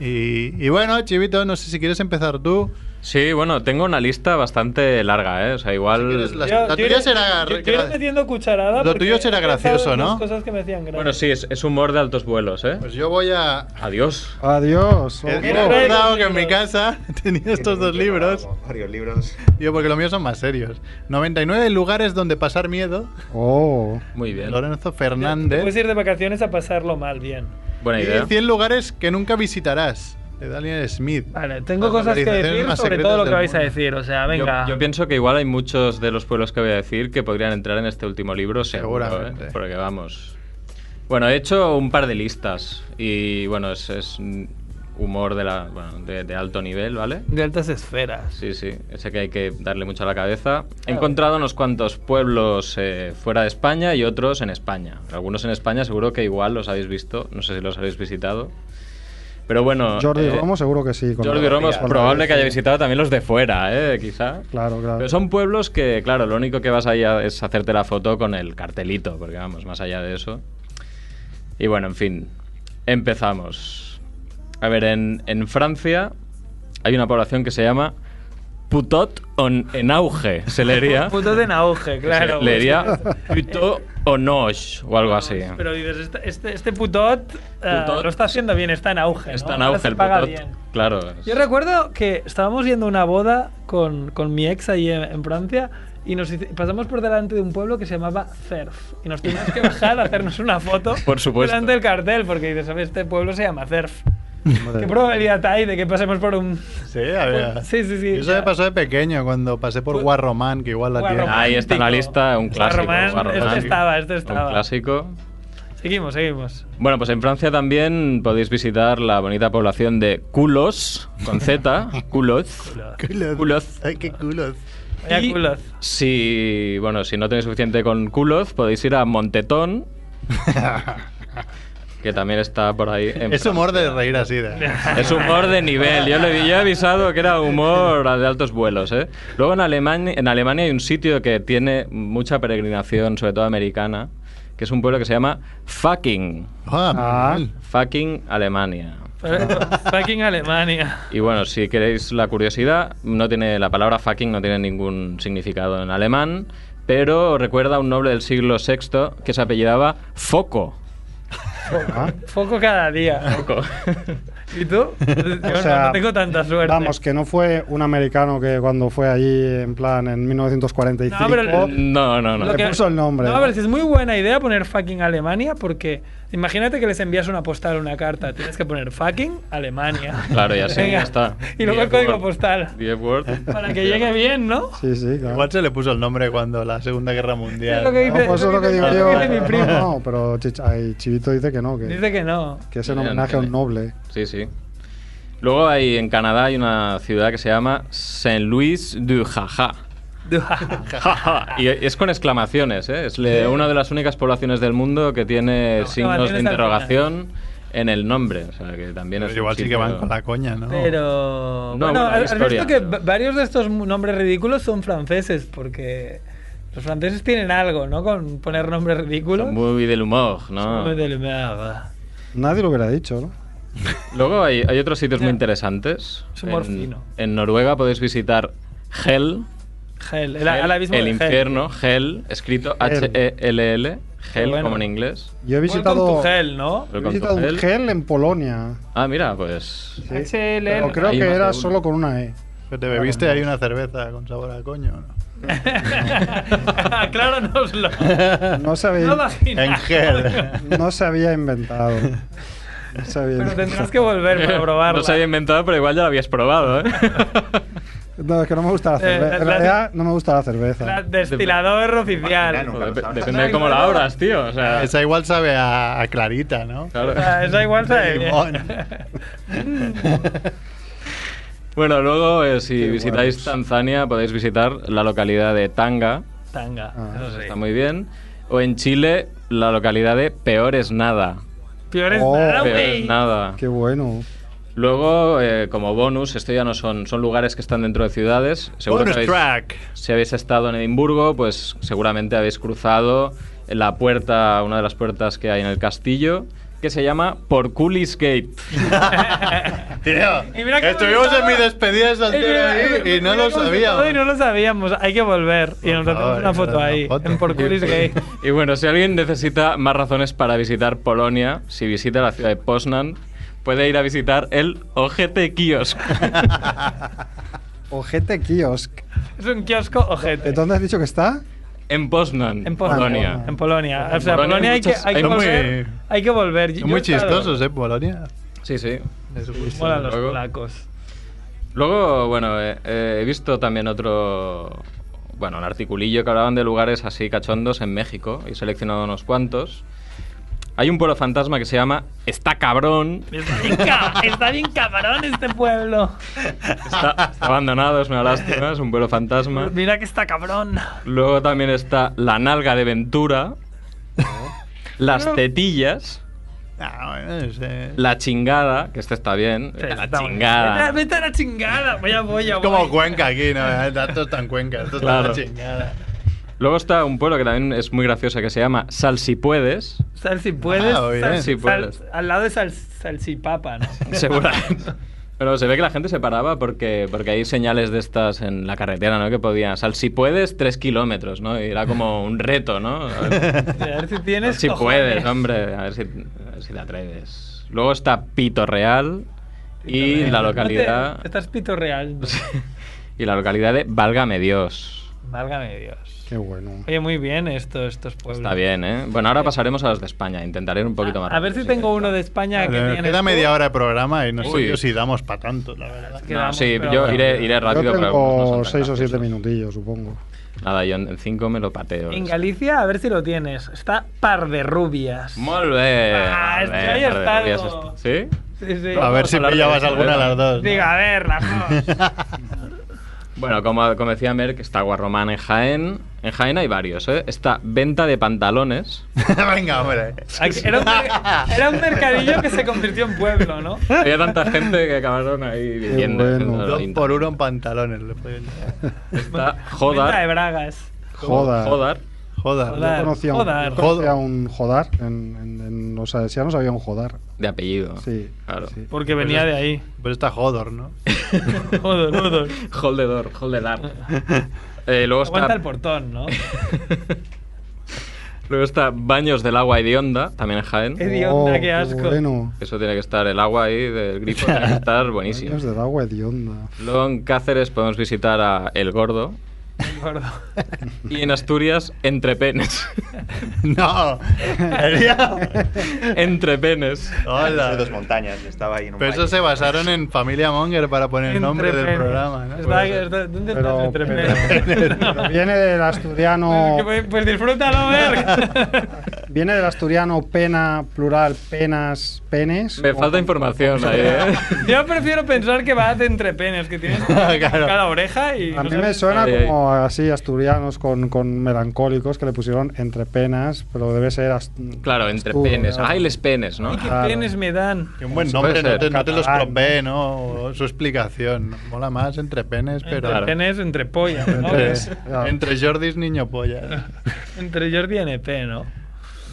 y, y bueno, Chivito, no sé si quieres empezar tú. Sí, bueno, tengo una lista bastante larga, ¿eh? O sea, Si igual. quieres la- lo tuyo iré- será- yo- yo iré metiendo cucharada. Lo porque tuyo será he pensado gracioso, en ¿no? unas cosas que me hacían gracia. Bueno, sí, es, es humor de altos vuelos, ¿eh? Pues yo voy a... Adiós. Adiós. Oh. Me he mira, ojo. trae acordado los que en mi libros. casa tenía estos dos libros. Varios libros. Yo, porque los míos son más serios. 99 lugares donde pasar miedo. Oh. Muy bien. Lorenzo Te puedes Fernández. ir de vacaciones a pasarlo mal, bien. Buena idea. Y 100 lugares que nunca visitarás. De Daniel Smith. Vale, tengo Las cosas que localizaciones decir más sobre secretas todo lo que del vais a mundo. decir. O sea, Yo, venga. yo pienso que igual hay muchos de los pueblos que voy a decir que podrían entrar en este último libro, seguro, Seguramente. ¿eh? Porque vamos. Bueno, he hecho un par de listas y bueno, es, es humor de, la, bueno, de, de alto nivel, ¿vale? De altas esferas. Sí, sí, ese que hay que darle mucho a la cabeza. He encontrado unos cuantos pueblos eh, fuera de España y otros en España. Algunos en España seguro que igual los habéis visto, no sé si los habéis visitado. Pero bueno, Jordi eh, Romo seguro que sí. con Jordi la- Romo es con la- probable que haya visitado también los de fuera, ¿eh? quizá. Claro, claro. Pero son pueblos que, claro, lo único que vas allá es hacerte la foto con el cartelito, porque vamos, más allá de eso. Y bueno, en fin, empezamos. A ver, en, en Francia hay una población que se llama Putot on, en auge, se leería. Puto de auge, claro. pues, se leería Putot en auge, o algo así. Pero dices, este, este, este putot, eh, Putot. lo está haciendo bien, está en auge. ¿no? Está en Ahora auge se el paga putot. bien. Claro. Yo recuerdo que estábamos yendo a una boda con, con mi ex ahí en, en Francia y nos hice- pasamos por delante de un pueblo que se llamaba Cerf y nos tuvimos que bajar a hacernos una foto Por supuesto. delante del cartel porque dices, ¿sabes? Este pueblo se llama Cerf. Madre ¿Qué mía. probabilidad hay de que pasemos por un... Sí, a ver. Sí, sí, sí, Y Eso ya. me pasó de pequeño cuando pasé por Pu- Guarromán, que igual la tiene. Guarromán. Ahí está en la romántico. lista, un Está clásico. román- Guarromán. este estaba, este estaba. Un clásico. Seguimos, seguimos. Bueno, pues en Francia también podéis visitar la bonita población de Culos, con Z, Culos. Culos. Culos. Ay, qué culos. Vaya Y- culos. Si, bueno, si no tenéis suficiente con Culos, podéis ir a Montetón, que también está por ahí. en Es humor de reír así. De... Francia. Es humor de nivel. Yo le yo he avisado que era humor de altos vuelos. ¿eh? Luego en Alemania, en Alemania hay un sitio que tiene mucha peregrinación, sobre todo americana, que es un pueblo que se llama Fucking. Ah, Ah. mal. Fucking Alemania. Fucking Alemania. Y bueno, si queréis la curiosidad, no tiene la palabra fucking no tiene ningún significado en alemán, pero recuerda a un noble del siglo VI que se apellidaba Foco. Ah, Foco cada día. Poco. ¿Y tú? Yo no- sea, no tengo tanta suerte. Vamos, que no fue un americano que cuando fue allí, en plan, en 1945. No, pero el- No, no, no. Lo que- puso el nombre, No, ¿no? a ver, si es muy buena idea poner fucking Alemania porque imagínate que les envías una postal o una carta. Tienes que poner fucking Alemania. Claro, ya sé, Venga. ya está. Y luego el Diez código Word. postal. Diez Word. Para que llegue bien, ¿no? Sí, sí, claro. Igual se le puso el nombre cuando la Segunda Guerra Mundial. Es lo que No, dice- pues eso es lo que digo es lo yo. que dice mi primo. No, no, pero Chich- ay, Chivito dice que no, que, Dice que no. que es en Ya, homenaje a un noble. Sí, sí. Luego hay en Canadá hay una ciudad que se llama Saint Louis du Jaja. y es con exclamaciones, ¿eh? es le- una de las únicas poblaciones del mundo que tiene signos Exclamaciones de al interrogación en el nombre. O sea, que también Pero es un igual sí que sitio- van con la coña, ¿no? Pero. No, bueno, buena has has historia. visto que va- varios de estos mu- nombres ridículos son franceses, porque los franceses tienen algo, ¿no? Con poner nombres ridículos. Son muy ah. del humor, ¿no? Son del merda. Nadie lo hubiera dicho, ¿no? Luego hay, hay otros sitios muy Ya. interesantes. Es humor en, fino. en Noruega podéis visitar Hell, Hell, el, al abismo el de Hell. infierno, Hell, escrito H-E-L-L, Hell bueno. como en inglés. Yo he Welcome to visitado, Hell, ¿no? he Pero con visitado un Hell. gel en Polonia. Ah, mira, pues. Sí. HLL. Pero creo Hay que más de era uno. solo con una E. Pero te bebiste ahí una cerveza con sabor a coño, ¿no? Acláranoslo. No se No había, imaginas. En gel. no se había inventado. No se Pero había inventado. tendrás que volver para probarlo. No se había inventado, pero igual ya lo habías probado, ¿eh? No, es que no me gusta la Eh, cerveza. En la- realidad no me gusta la cerveza. Destilador oficial. Nunca Joder, lo sabrás. depende de cómo la abras, tío. O sea, Esa igual sabe a, a Clarita, ¿no? claro. Ah, Esa igual De sabe bien. limón. Bueno, luego, eh, si visitáis guapos. Tanzania, podéis visitar la localidad de Tanga. Tanga. Ah, eso sí. Está muy bien. O en Chile, la localidad de Peores Nada. Peor es Oh. nada, Peor güey. es nada. Qué bueno. Luego, eh, como bonus, esto ya no son, son lugares que están dentro de ciudades. Seguro que Bonus habéis- track. Si habéis estado en Edimburgo, pues seguramente habéis cruzado la puerta, una de las puertas que hay en el castillo, que se llama Porculis Gate. Tío, Y mira que estuvimos en bonito. mi despedida de Eh, soltero mira, ahí eh, y mira no lo cómo se todo sabíamos. Y no lo sabíamos. Hay que volver. Y Por nos hacemos favor, una nos foto hacemos ahí. una foto. En Porculis Gay. Y bueno, si alguien necesita más razones para visitar Polonia, si visita la ciudad de Poznan, puede ir a visitar el Ojete Kiosk. Ojete Kiosk. Es un kiosco ojete. ¿De dónde has dicho que está? En Poznan, En Polonia. ah, Polonia. En Polonia. O sea, En Polonia hay Polonia hay que, muchas- hay que hay muy- volver. Hay que volver. Yo Son Muy he estado- chistosos, ¿eh? Polonia. Sí, sí. Molan los Luego- polacos. Luego, bueno, eh, eh, he visto también otro. Bueno, un articulillo que hablaban de lugares así cachondos en México. He seleccionado unos cuantos. Hay un pueblo fantasma que se llama Está Cabrón. Está bien, ca- está bien cabrón este pueblo. Está, está abandonado, es una lástima, es un pueblo fantasma. Mira que está cabrón. Luego también está La Nalga de Ventura. Las tetillas, Ah, bueno, no sé. la chingada, que este está bien. Sí, está muy- la Vete a- chingada. Vete a la chingada. Voy a voy Es a como voy. Cuenca aquí, ¿no? Esto está en Cuenca, esto está Claro. la chingada. Luego está un pueblo que también es muy gracioso que se llama Sal si puedes. Sal si puedes. Ah, bien. sal- Si puedes. sal- al lado de sal, salsipapa, ¿no? Seguramente. Pero se ve que la gente se paraba porque, porque hay señales de estas en la carretera, ¿no? Que podían, sal si puedes, tres kilómetros, ¿no? Y era como un reto, ¿no? A ver, A ver si a ver tienes. si cojones. puedes, hombre, a ver si, a ver si te atreves. Luego está Pito Real y la No localidad te- Estás pito real. y la localidad de Válgame Dios. Válgame Dios. Qué bueno. Oye, muy bien esto, estos pueblos. Está bien, ¿eh? Bueno, ahora pasaremos a los de España. Intentaré ir un poquito más. A ver si rápido, tengo que- uno de España que Nos tienes. queda tú. media hora de programa y no sé Uy. yo si damos para tanto, la verdad. que No, damos, sí, pero yo bueno. iré, iré rápido. Yo pero algunos no tengo son seis o siete graciosos. minutillos, supongo. Nada, yo en en cinco me lo pateo. En Galicia, a ver si lo tienes. Está par de rubias. Molt bé. Ah, molt bé, ja hi he Pardo, estat, havies no? est- Sí? Sí, sí. A ver si hablar de pillabas eso, alguna de ¿verdad? las dos. ¿no? Digo, a ver, las dos. Bueno, como, como decía Merck, está Guarromán en Jaén. En Jaén hay varios, ¿eh? Está Venta de Pantalones. Venga, hombre. Aquí- Era un, mer- era un mercadillo que se convirtió en pueblo, ¿no? Había tanta gente que acabaron ahí viviendo. bueno. dentro del Dos por ayuntamiento. uno en pantalones. le pueden- Está Venta de Jodar. Bragas. Joda. Jodar. Joder. Joder. Yo conocía un, Jodar. yo conocía un jodar. En, en- en los asianos había un jodar. De apellido. Ah, Sí. Claro. sí. Porque venía Pues de ahí. Pero está Jodor, ¿no? Joder, joder. Holdedor, Holdedar. Eh, luego está... Aguanta el portón, ¿no? Luego está Baños del Agua Hedionda, también en Eh. Jaén. Hedionda, qué Oh, qué asco. Bueno, Eso tiene que estar, el agua ahí del grifo tiene que estar buenísimo. Baños del agua hedionda. Luego en Cáceres podemos visitar a El Gordo. Gordo. Y en Asturias, Entre Penes. No, sería- Entre Penes. Soy dos Hola. montañas, estaba ahí en un Pero eso valle. se basaron en Familia Monger para poner el nombre del Entrepenes. programa, ¿no? Está- Puede ser. está- ¿Dónde Pero- estás, entrepenes? Pero viene del asturiano. Que Pues, pues disfrútalo, ver. Viene del asturiano pena, plural, penas, penes. Me falta información ahí, ¿eh? Yo prefiero pensar que va de entrepenes, que tienes Claro. cada oreja y. A no mí sabes- me suena Ay, ay. como así asturianos con, con melancólicos que le pusieron entre penas, pero debe ser. ast- Claro, Entre asturo, Penes. ¿no? Ay, les penes, ¿no? Ay, qué Claro. penes me dan. Que un buen Puede nombre, no ser. te, no te los Catalán. probé, ¿no? O Su explicación. Mola más entre penes, pero. Entre penes, entre pollas. ¿no? Entre, Claro. entre Jordis niño polla. Entre Jordi y NP, ¿no?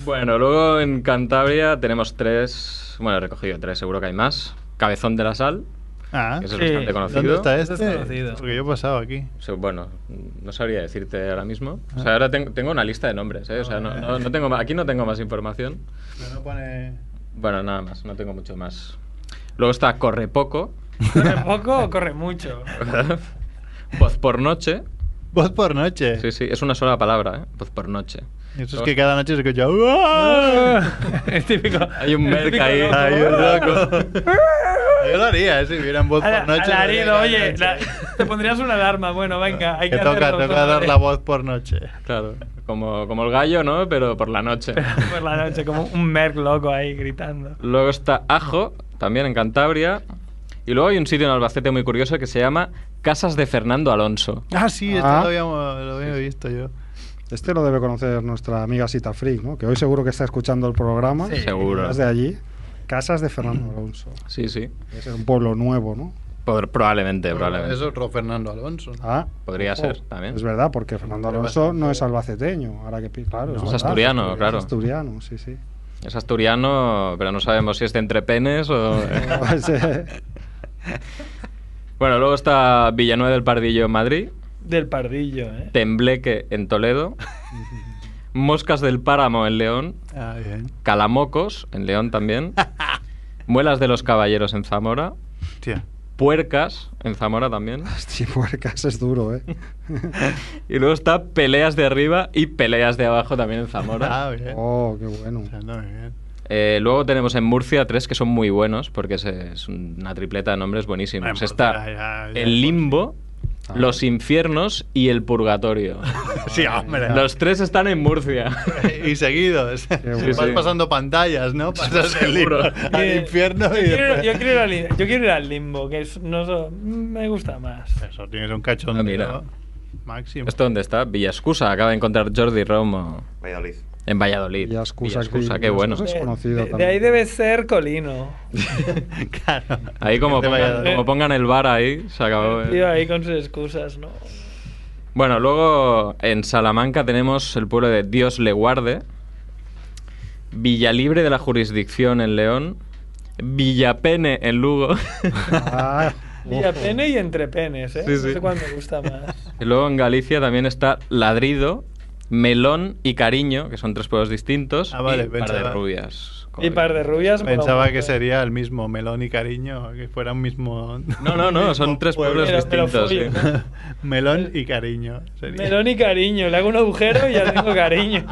Bueno, luego en Cantabria tenemos tres. Bueno, he recogido tres, seguro que hay más. Cabezón de la Sal, Ah, que eso Sí. es ¿Dónde bastante conocido. ¿dónde está Eso es este? conocido. Porque yo he pasado aquí. O sea, bueno, no sabría decirte ahora mismo. O sea, ahora tengo, tengo una lista de nombres, ¿eh? O sea, no, no- no tengo, ma- aquí no tengo más información. Pero no pone. Bueno, nada más, no tengo mucho más. Luego está Corre Poco, ¿Corre poco o corre mucho? Voz por Noche. Voz por noche. Sí, sí, es una sola palabra, ¿eh? Voz por Noche. Y Eso es que cada noche se escucha. "Uah". es típico. Hay un es típico merca ahí. loco. Ay, Ah. un loco. Yo lo haría, eh, si vieran voz por Ala- noche. lo haría Alarido, cada oye, noche. la- te pondrías una alarma. Bueno, venga, hay que, que toca, hacerlo, toca dar ¿vale? la voz por noche. Claro, como, como el gallo, ¿no? Pero por la noche. por la noche, como un merc loco ahí gritando. Luego está Ajo, también en Cantabria. Y luego hay un sitio en Albacete muy curioso que se llama Casas de Fernando Alonso. Ah, sí, esto Ah. lo habíamos- lo había visto yo. Este lo debe conocer nuestra amiga Sita Freak, ¿no? Que hoy seguro que está escuchando el programa. Seguro. Es de allí. Casas de Fernando Alonso. Sí, sí. Debe ser un pueblo nuevo, ¿no? Pod- probablemente, probablemente. Es otro Fernando Alonso. ¿no? Ah, Podría ser también. es verdad, porque Fernando Pero Alonso bastante- no es albaceteño. Ahora que pi- claro. No, es verdad, asturiano, claro. Es asturiano, sí, sí. Es asturiano, pero no sabemos si es de entrepenes o... bueno, luego está Villanueva del Pardillo en Madrid, Del pardillo, ¿eh? Tembleque en Toledo, Moscas del Páramo en León, Ah, bien. Calamocos en León también, Muelas de los Caballeros en Zamora, Tía. Puercas en Zamora también, Hostia, puercas es duro, ¿eh? y luego está Peleas de arriba y Peleas de abajo también en Zamora. Ah, ¿Eh? bien. Oh, qué bueno. O sea, no, bien. Eh, luego tenemos en Murcia tres que son muy buenos, porque es, es una tripleta de nombres Ah, en buenísimos. Murcia, Está ya, ya, el limbo, Ah. los infiernos y el purgatorio. Sí, hombre. Ah, los tres están en Murcia. y seguidos. bueno. Vas Sí. pasando pantallas, ¿no? Pasas el libro al Eh, infierno yo y quiero, después... yo, quiero ir al, yo quiero ir al limbo, que es, no so- me gusta más. Eso, tienes un cachondeo Ah, mira. máximo. ¿Esto dónde está? Villa Escusa, acaba de encontrar Jordi Romo Valladolid. en Valladolid. Villa Escusa, Escusa, sí, qué Villa bueno. Escusa. Es De- conocido de- de también. ahí debe ser Colino. claro. Ahí como Gente pongan, Valladolid. como pongan el bar ahí, se acabó. eh. Tío, ahí con sus excusas, ¿no? Bueno, luego en Salamanca tenemos el pueblo de Dios le guarde, Villalibre de la jurisdicción en León, Villapene en Lugo. Ah, Día ojo. pene y entre penes, ¿eh? Sí, sí. No sé cuál me gusta más. Y luego en Galicia también está Ladrido, Melón y Cariño, que son tres pueblos distintos. Ah, vale, y par de pensaba- rubias. como Y par de digo. rubias. mola un Pensaba que montón. sería el mismo melón y cariño, que fuera un mismo. No, no, no, son mismo tres pueblos Pero- pero distintos. follo, sí. ¿no? melón y cariño. Sería. Melón y cariño. Le hago un agujero y ya tengo cariño.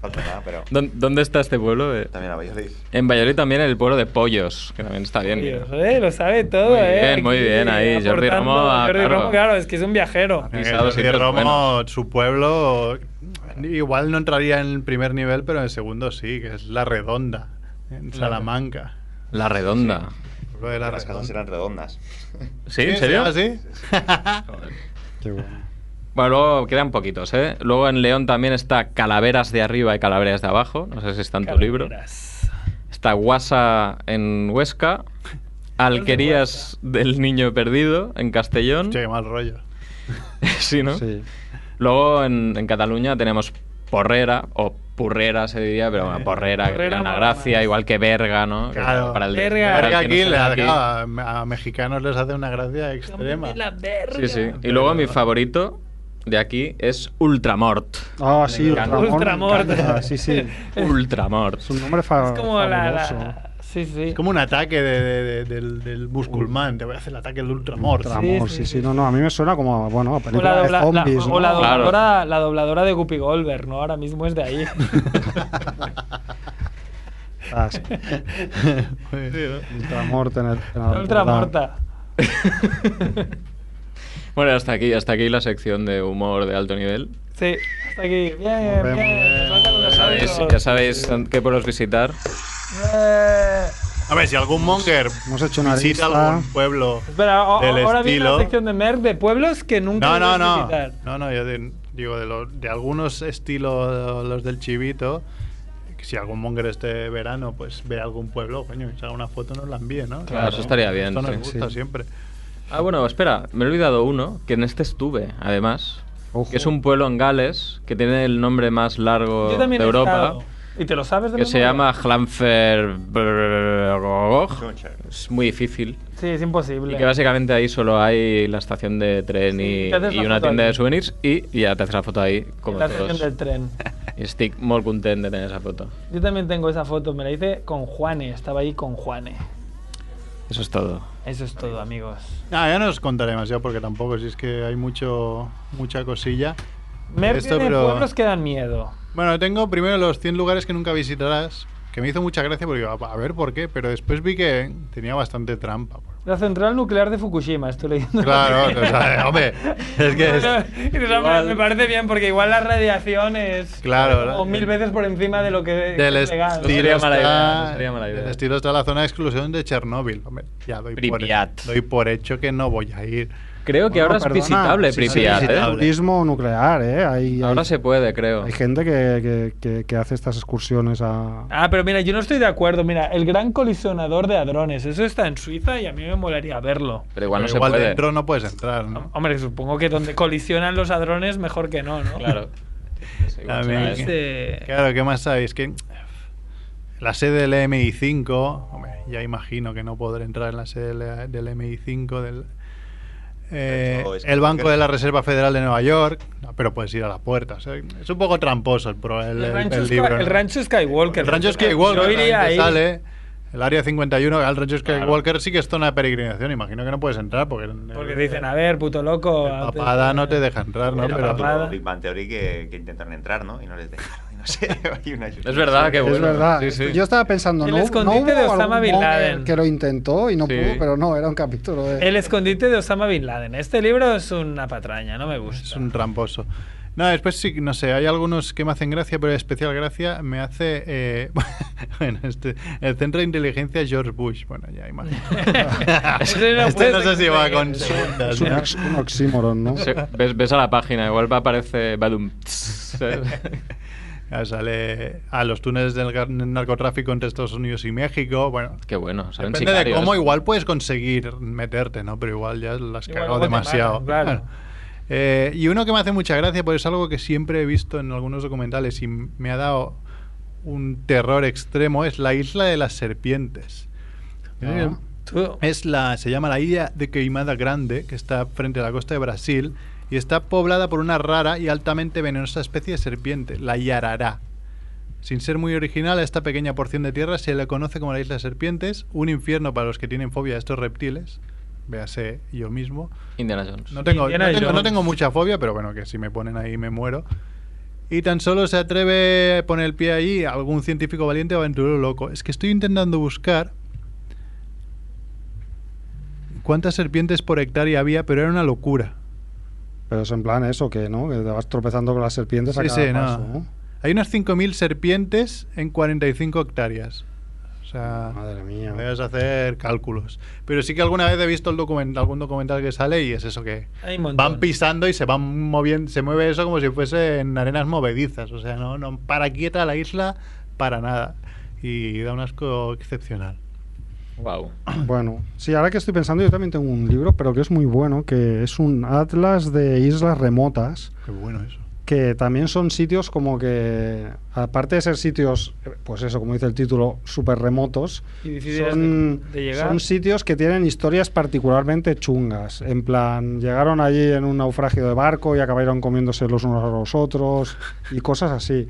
Falta nada, pero ¿Dó- ¿Dónde está este pueblo? Eh, también a Valladolid. En Valladolid también el pueblo de Pollos, que también está bien. Dios, eh, lo sabe todo, Muy ¿eh? bien, muy bien, ahí, Jordi aportando. Romo, ah, Jordi claro. Romo, claro, es que es un viajero. Eh, Pisados Jordi y tres Romo, buenos. su pueblo, igual no entraría en el primer nivel, pero en el segundo sí, que es La Redonda, en Salamanca. La Redonda. Pueblo de La Las casas Redonda. eran redondas. ¿Sí? ¿En serio? ¿Sí? Qué bueno. Bueno, luego quedan poquitos, ¿eh? Luego en León también está Calaveras de arriba y Calaveras de abajo. No sé si está en tu libro. Calaveras. Está Guasa en Huesca. Alquerías del Niño Perdido en Castellón. Che, qué mal rollo. Sí, ¿no? Sí. Luego en, en Cataluña tenemos Porrera, o Purrera se diría, pero bueno, Porrera, que Porrera tiene una mola gracia, más. igual que Verga, ¿no? Que Claro. Para el, Verga. para el Verga que no aquí, sea le de claro, a, a mexicanos les hace una gracia extrema. Cómete la verga. Sí, sí. Y luego mi favorito, de aquí es Ultramort. Ah, sí, encanta. Ultramort. me Ultramort. encanta, Sí, sí. Ultramort. Es un nombre fa- Es como la, fabuloso. la- Sí, sí. Es como un ataque de- de- de- del, del Busculman. Te voy a hacer el ataque del Ultramort. Ultramort, Sí, sí, sí, sí, sí. No, no, a mí me suena como a, bueno, a O película la, de dobla- la- zombies, o ¿no? la Claro. dobladora, la dobladora de Guppy Goldberg, ¿no? Ahora mismo es de ahí. Ah, sí. Ultramort en el... en el- Ultramorta. Bueno, hasta aquí, hasta aquí la sección de humor de alto nivel. Sí, hasta aquí. Bien, Nos vemos. bien. nos faltan Ya los sabéis, audios. ya sabéis qué pueblos visitar. Eh, A ver, si algún monger Hemos hecho una visita lista. algún pueblo. espera, o- Del ahora viene la estilo. sección de Merck de pueblos que nunca No, no, debes no. visitar. No, no, yo de- digo de, los, de algunos estilos, los del chivito. que Si algún monger este verano, pues ve a algún pueblo, coño, y si haga una foto nos la envíe, ¿no? Claro, eso estaría bien, Esto nos sí, gusta sí. siempre. Ah, bueno, espera, me he olvidado uno, que en este estuve, además. Ojo. Que es un pueblo en Gales, que tiene el nombre más largo Yo de también he Europa. estado. ¿Y te lo sabes de Que se memoria? llama Hlamferbrogog. Es muy difícil. Sí, es imposible. Y que básicamente ahí solo hay la estación de tren Sí, y, te haces y la una foto tienda ahí. de souvenirs y ya te haces la foto ahí, como la sección todos. del tren. Y estoy muy contento de tener esa foto. Yo también tengo esa foto, me la hice con Juane, estaba ahí con Juane. Eso es todo. Eso es todo, amigos. Ah, ya no os contaré demasiado porque tampoco, si es que hay mucho, mucha cosilla. Merck Esto, tiene pero- pueblos que dan miedo. Bueno, tengo primero los 100 lugares que nunca visitarás, que me hizo mucha gracia porque digo, a ver por qué, pero después vi que tenía bastante trampa. La central nuclear de Fukushima, estoy leyendo. Claro, o sea, hombre, es que es- Y dices, "Hombre, Me parece bien, porque igual la radiación es Claro, ¿no? o mil veces por encima de lo que del es legal. No estilo sería mala idea, no está, sería mala idea. del estilo está la zona de exclusión de Chernóbil. Hombre, ya doy por, Pripyat. doy por hecho que no voy a ir. Creo que Bueno, ahora es perdona, visitable sí, sí, Pripyat, visitable. ¿eh? Turismo nuclear, ¿eh? Hay, Ahora hay- se puede, creo. hay gente que, que- que- que hace estas excursiones a... Ah, pero mira, yo no estoy de acuerdo. Mira, el gran colisionador de hadrones, eso está en Suiza y a mí me molaría verlo. Pero igual no Pero se puede. dentro no puedes entrar, ¿no? Hombre, supongo que donde colisionan los hadrones, mejor que no, ¿no? Claro. Sí, igual También será que- eso. Este- Claro, ¿qué más sabéis? Que la sede del MI5, hombre, ya imagino que no podré entrar en la sede del- del MI5 del... eh, No, es que el no Banco creo. de la Reserva Federal de Nueva York, No, pero puedes ir a la puerta. o sea, es un poco tramposo el, pro- el- El, el- rancho el Sky- libro. el ¿no? rancho Skywalker. El rancho Yo Skywalker iría ahí. también te sale. El área 51, el rancho Skywalker sí que es zona de peregrinación. Imagino que no puedes entrar porque, Porque te dicen, a ver, puto loco. el antes- papada no te deja entrar, ¿no? Era Pero papada. Pero Big Bang Theory que, que intentaron entrar, ¿no? Y no les dejaron. y No sé, hay una- Es verdad, qué bueno. es verdad. Sí, sí. Yo estaba pensando, El no, hubo- no escondite hubo de Osama algún Bin monger Laden. que lo intentó y no Sí. pudo, pero no, era un capítulo de... El escondite de Osama Bin Laden. Este libro es una patraña, no me gusta. es un tramposo. No, después sí, no sé, hay algunos que me hacen gracia, pero especial gracia me hace. eh, bueno, este, el centro de inteligencia George Bush. Bueno, ya imagino. Ese no este no puede sé si va ser. con Es Es segundas. un, ¿no? ox- un oxímoron, ¿no? Sí, ves, ves a la página, igual va aparece Badum. ¿sabes? Ya sale a los túneles del gar- narcotráfico entre Estados Unidos y México. Bueno, qué bueno, salen Depende de sicarios. cómo igual puedes conseguir meterte, ¿no? Pero igual ya las has Igual cagado luego te demasiado. matan, claro. Eh, y uno que me hace mucha gracia, porque es algo que siempre he visto en algunos documentales y m- me ha dado un terror extremo, es la isla de las serpientes. Eh, Ah. Tú- Es la, se llama la isla de Queimada Grande, que está frente a la costa de Brasil, y está poblada por una rara y altamente venenosa especie de serpiente, la yarará. Sin ser muy original, a esta pequeña porción de tierra se le conoce como la isla de serpientes, un infierno para los que tienen fobia a estos reptiles. Véase yo mismo. Indiana Jones. No tengo, Indiana no tengo- no Jones. tengo mucha fobia, pero bueno, que si me ponen ahí me muero. Y tan solo se atreve a poner el pie ahí algún científico valiente o aventurero loco. Es que estoy intentando buscar cuántas serpientes por hectárea había, pero era una locura. Pero es en plan eso, que no, que te vas tropezando con las serpientes a Sí, cada sí, no. paso, ¿no? Hay unas 5.000 serpientes en 45 hectáreas. O sea, Madre mía. debes hacer cálculos. Pero sí que alguna vez he visto el document- algún documental que sale y es eso que... hay un montón. van pisando y se van moviendo, se mueve eso como si fuese en arenas movedizas, o sea, no, no para quieta la isla para nada. Y da un asco excepcional. Wow. Bueno, sí, ahora que estoy pensando, yo también tengo un libro, pero que es muy bueno, que es un atlas de islas remotas, Qué bueno eso. que también son sitios como que, aparte de ser sitios, eh, pues eso, como dice el título, súper remotos, Y difíciles son, de- de llegar. son sitios que tienen historias particularmente chungas. En plan, llegaron allí en un naufragio de barco y acabaron comiéndose los unos a los otros y cosas así.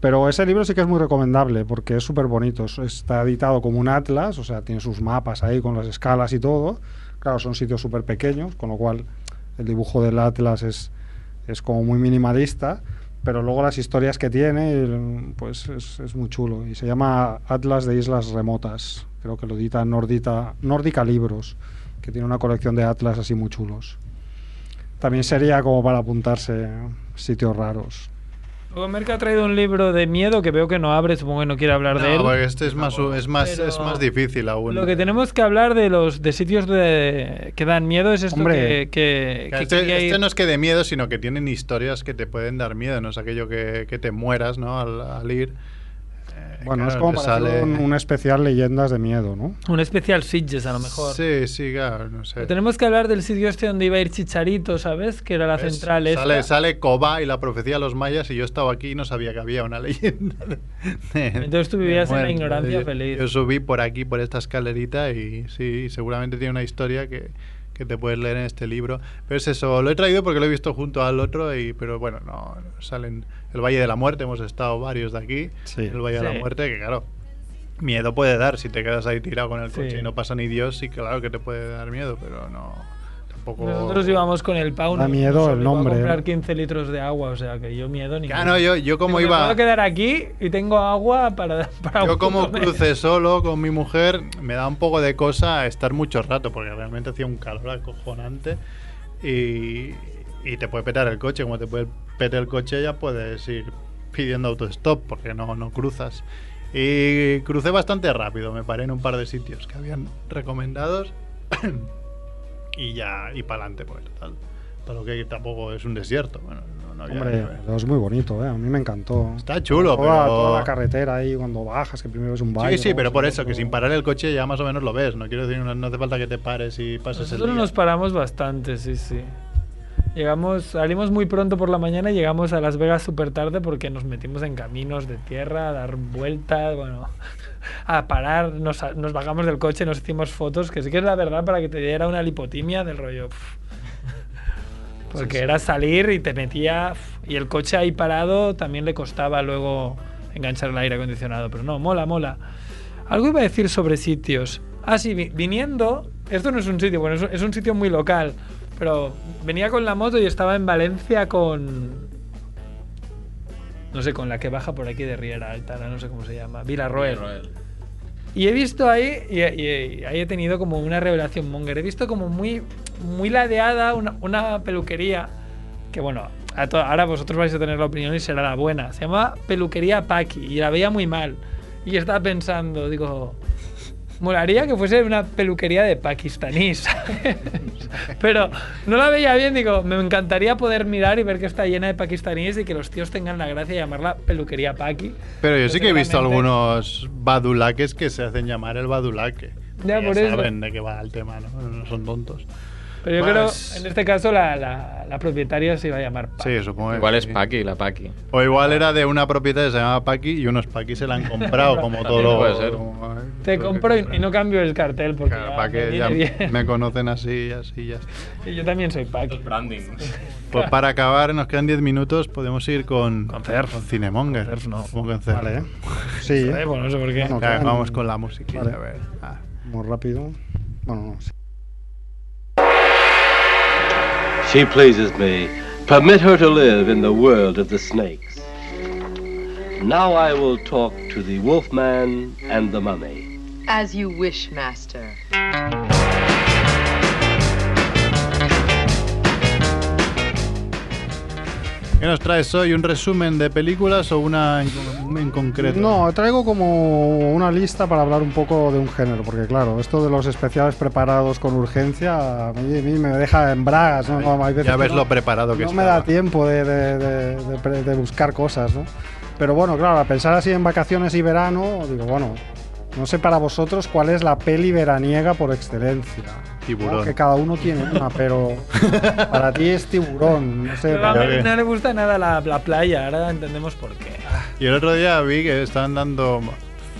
Pero ese libro sí que es muy recomendable porque es súper bonito. Es- Está editado como un atlas, o sea, tiene sus mapas ahí con las escalas y todo. Claro, son sitios súper pequeños, con lo cual el dibujo del atlas es, es como muy minimalista. Pero luego las historias que tiene, el- pues es, es muy chulo. Y se llama Atlas de Islas Remotas. Creo que lo edita Nordita, Nórdica Libros, que tiene una colección de atlas así muy chulos. También sería como para apuntarse sitios raros. Luego Merca ha traído un libro de miedo que veo que no abre, supongo que no quiere hablar de No, él. porque este es más, es más, Pero- es más difícil aún. Lo que tenemos que hablar de los de sitios de, que dan miedo es esto Hombre. que, que, que Este, quería este ir- no es que de miedo, sino que tienen historias que te pueden dar miedo, no es aquello que, que te mueras ¿no? al, al ir. Eh, Bueno, es claro, como te para hacer un, un especial leyendas de miedo, ¿no? un especial Sitges a lo mejor. Sí, sí, claro, no sé. Pero Tenemos que hablar del sitio este donde iba a ir Chicharito, ¿sabes? Que era la ¿Ves? central esta. Sale, sale Cobá y la profecía de los mayas y yo estaba aquí y no sabía que había una leyenda. de- de- Entonces tú de vivías en la muerte. ignorancia Yo- feliz. Yo subí por aquí, por esta escalerita y sí, seguramente tiene una historia que, que te puedes leer en este libro. Pero es eso, lo he traído porque lo he visto junto al otro, y, pero bueno, no, salen el Valle de la Muerte, hemos estado varios de aquí. Sí. El Valle de Sí. la Muerte, que claro, miedo puede dar si te quedas ahí tirado con el Sí. coche y no pasa ni Dios, y claro que te puede dar miedo, pero no, tampoco... Nosotros íbamos con el Pau. Da no- miedo solo el iba nombre, A comprar ¿no? 15 litros de agua, o sea que yo miedo ni. Claro, yo, yo como iba... puedo quedar ¿eh? aquí y tengo agua para. para Yo un como puto mes. crucé solo con mi mujer, me da un poco de cosa estar mucho rato, porque realmente hacía un calor acojonante y, y te puede petar el coche. Como te puede petar el coche ya puedes ir pidiendo autostop porque no, no cruzas. Y crucé bastante rápido, me paré en un par de sitios que habían recomendados y ya, y para adelante, pues total. Para lo que tampoco es un desierto. Bueno, no, no había Hombre, nieve. es muy bonito, ¿eh? A mí me encantó. Está chulo, toda, pero... toda la carretera ahí cuando bajas, que primero es un valle. Sí, sí, luego pero es por otro. eso, que sin parar el coche ya más o menos lo ves. No quiero decir, no, no hace falta que te pares y pases el Nosotros día. nos paramos bastante, sí, sí. Llegamos, salimos muy pronto por la mañana y llegamos a Las Vegas súper tarde porque nos metimos en caminos de tierra, a dar vueltas, bueno, a parar, nos, a- nos bajamos del coche, nos hicimos fotos, que sí que es la verdad para que te diera una lipotimia del rollo. pf. Porque era salir y te metía, pf, y el coche ahí parado también le costaba luego enganchar el aire acondicionado, pero no, mola, mola. Algo iba a decir sobre sitios. Ah, sí, vi- viniendo, esto no es un sitio, bueno, es, es un sitio muy local, pero venía con la moto y estaba en Valencia con... No sé, con la que baja por aquí de Riera Altana, no sé cómo se llama, Villarroel. Y he visto ahí, y, y- y ahí he tenido como una revelación monger, he visto como muy, muy ladeada una, una peluquería, que bueno, a to- ahora vosotros vais a tener la opinión y será la buena. Se llama Peluquería Paki y la veía muy mal. Y estaba pensando, digo, Molaría que fuese una peluquería de pakistaní, ¿sabes? Pero no la veía bien, digo, me encantaría poder mirar y ver que está llena de pakistaníes y que los tíos tengan la gracia de llamarla peluquería paqui. Pero yo sí que he visto Seguramente- algunos badulaques que se hacen llamar el badulaque. Ya, por eso. saben de qué va el tema, ¿no? No son tontos. Pero yo Bueno, creo, es- en este caso, la, la- la propietaria se iba a llamar Paqui. Pues Sí, supongo. que Igual es sí. Paqui, la Paqui. O igual era de una propietaria que se llamaba Paqui y unos Paqui se la han comprado, como todo lo. Puede ser. como- Te lo que compro y, compran. y no cambio el cartel porque Claro, ya para me que viene ya bien. me conocen así y así ya. está. Y yo también soy Paqui. branding. Pues para acabar, nos quedan 10 minutos, podemos ir con. Con Cinemonger. Con Cerf, no. Como con Cerf. Vale. Sí, Eh, bueno, no sé por qué. Bueno, Ya, quedan- vamos con la música. Vale. A ver. Ah. muy rápido. Bueno, no, sí. She pleases me. Permit her to live in the world of the snakes. Now I will talk to the wolfman and the mummy. As you wish, master. ¿Qué nos traes hoy? ¿Un resumen de películas o una en, con- en concreto? No, traigo como una lista para hablar un poco de un género, porque claro, esto de los especiales preparados con urgencia a mí, a mí me deja en bragas, ¿no? Como hay veces ya que ves no- lo preparado que no está. me da tiempo de, de- de- de pre- de buscar cosas, ¿no? Pero bueno, claro, a pensar así en vacaciones y verano, digo, bueno, No sé para vosotros cuál es la peli veraniega por excelencia. Tiburón. ¿no? Que cada uno tiene una, pero para ti es tiburón. No sé. Pero a para- mí no le gusta nada la, la playa, ahora entendemos por qué. Ah, Y el otro día vi que estaban dando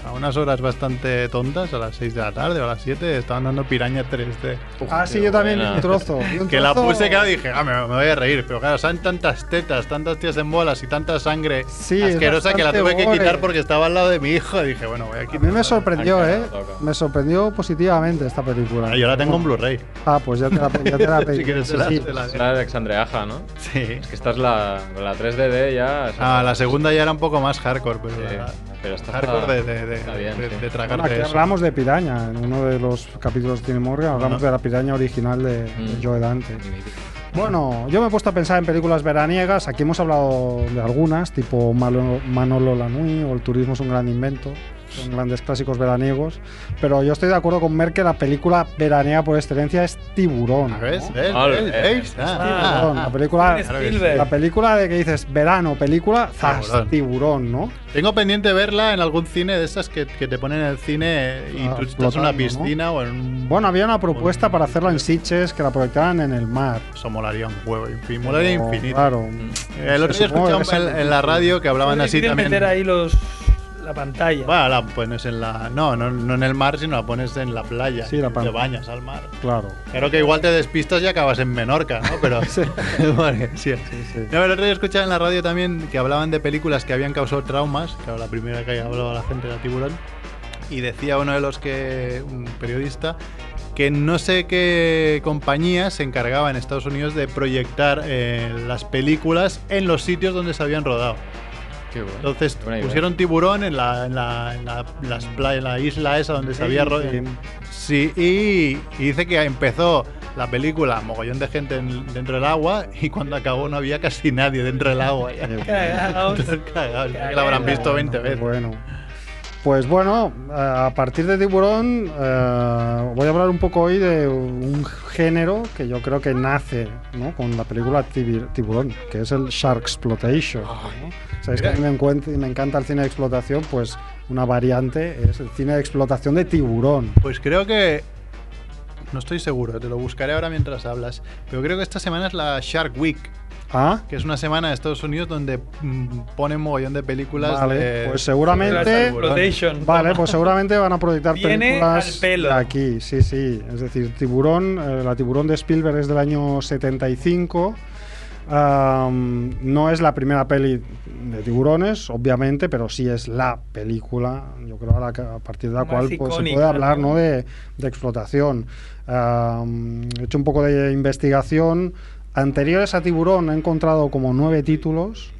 a unas horas bastante tontas, a las 6 de la tarde o a las 7, estaban dando Piraña 3D. Ah, sí, yo también buena. un trozo. vi un Que la trozo. puse, claro, dije, ah, me, me voy a reír, pero claro, salen tantas tetas, tantas tías en bolas y tanta sangre es asquerosa que la tuve bastante que quitar gore. porque estaba al lado de mi hijo. Dije, bueno, voy a A quitar. mí me sorprendió, Aunque ¿eh? no toca. Me sorprendió positivamente esta película. Ah, Yo la tengo en Blu-ray. Ah, pues ya te la, ya te la pedí. Si quieres, Sí, te la- sí. te la- Es la de Alexandre Aja, ¿no? Sí. Es que esta es la, con la 3DD ya. es- Ah, la segunda ya era un poco más hardcore, pero Sí, la- pero esta hardcore está- de, de, de- está bien, sí. de- de Bueno, aquí tragarte eso. hablamos de piraña. En uno de los capítulos de Tiene Morgan hablamos Ajá. Mm. de la piraña original de, de Joe Dante. Bueno, yo me he puesto a pensar en películas veraniegas. Aquí hemos hablado de algunas, tipo Malo- Manolo Lanui o El turismo es un gran invento. Son grandes clásicos veraniegos. Pero yo estoy de acuerdo con Mer que la película veraniega por excelencia es Tiburón. Ah, ¿Ves? ¿no? ¿Ves? Ole. ¿Ves? ¿Ves? Ah, ah, Tiburón, ah. la película, Steven Spielberg. la película de que dices verano, película, zas, Tiburón. tiburón, ¿no? Tengo pendiente verla en algún cine de esas que, que te ponen en el cine y Ah, tú estás en flotando, una ¿no? piscina o en un. Bueno, había una propuesta para hacerla en Sitges que la proyectaran en el mar. Eso molaría un huevo, infin- molaría Pero, infinito. Claro. El otro día Supongo que escuchaba en, esa- en la radio que hablaban Es así difícil también. meter ahí los, la pantalla. Bueno, la pones en la. No, no, no en el mar, sino la pones en la playa. Sí, la te pan- bañas al mar. Claro. Claro que igual te despistas y acabas en Menorca, ¿no? Pero. Vale, sí. No, pero el otro día escuchaba en la radio también que hablaban de películas que habían causado traumas. Claro, la primera que hablaba la gente era Tiburón. Y decía uno de los que. un periodista. que no sé qué compañía se encargaba en Estados Unidos de proyectar eh, las películas en los sitios donde se habían rodado. Qué bueno. Entonces Buena idea. pusieron tiburón en la, en la, en la- las playas, en la isla esa donde se había rodado. Sí, y, y dice que empezó la película, mogollón de gente en- dentro del agua, y cuando acabó no había casi nadie dentro del agua. Ya. Cagaos. Cagaos, ya que la habrán visto 20 veces. Bueno. Pues bueno, a partir de Tiburón eh, voy a hablar un poco hoy de un género que yo creo que nace ¿no? con la película Tibi- Tiburón, que es el Shark Exploitation. Sabéis que a mí me, encuent- me encanta el cine de explotación, pues una variante es el cine de explotación de Tiburón. Pues creo que. No estoy seguro, te lo buscaré ahora mientras hablas. Pero creo que esta semana es la Shark Week, ¿Ah? que es una semana de Estados Unidos donde mm, ponen mogollón de películas. Vale, de- pues seguramente- de tiburones. Exploitation. Vale, pues seguramente van a proyectar Viene películas al pelo. de aquí, sí, sí. Es decir, Tiburón, eh, la Tiburón de Spielberg es del año 75. Am, no es la primera peli de tiburones, obviamente, pero sí es la película, yo creo, a, la que- a partir de la Más cual pues, se puede icónica, hablar ¿no? ¿no? de, de explotación. Am, he hecho un poco de investigación. Anteriores a Tiburón he encontrado como nueve títulos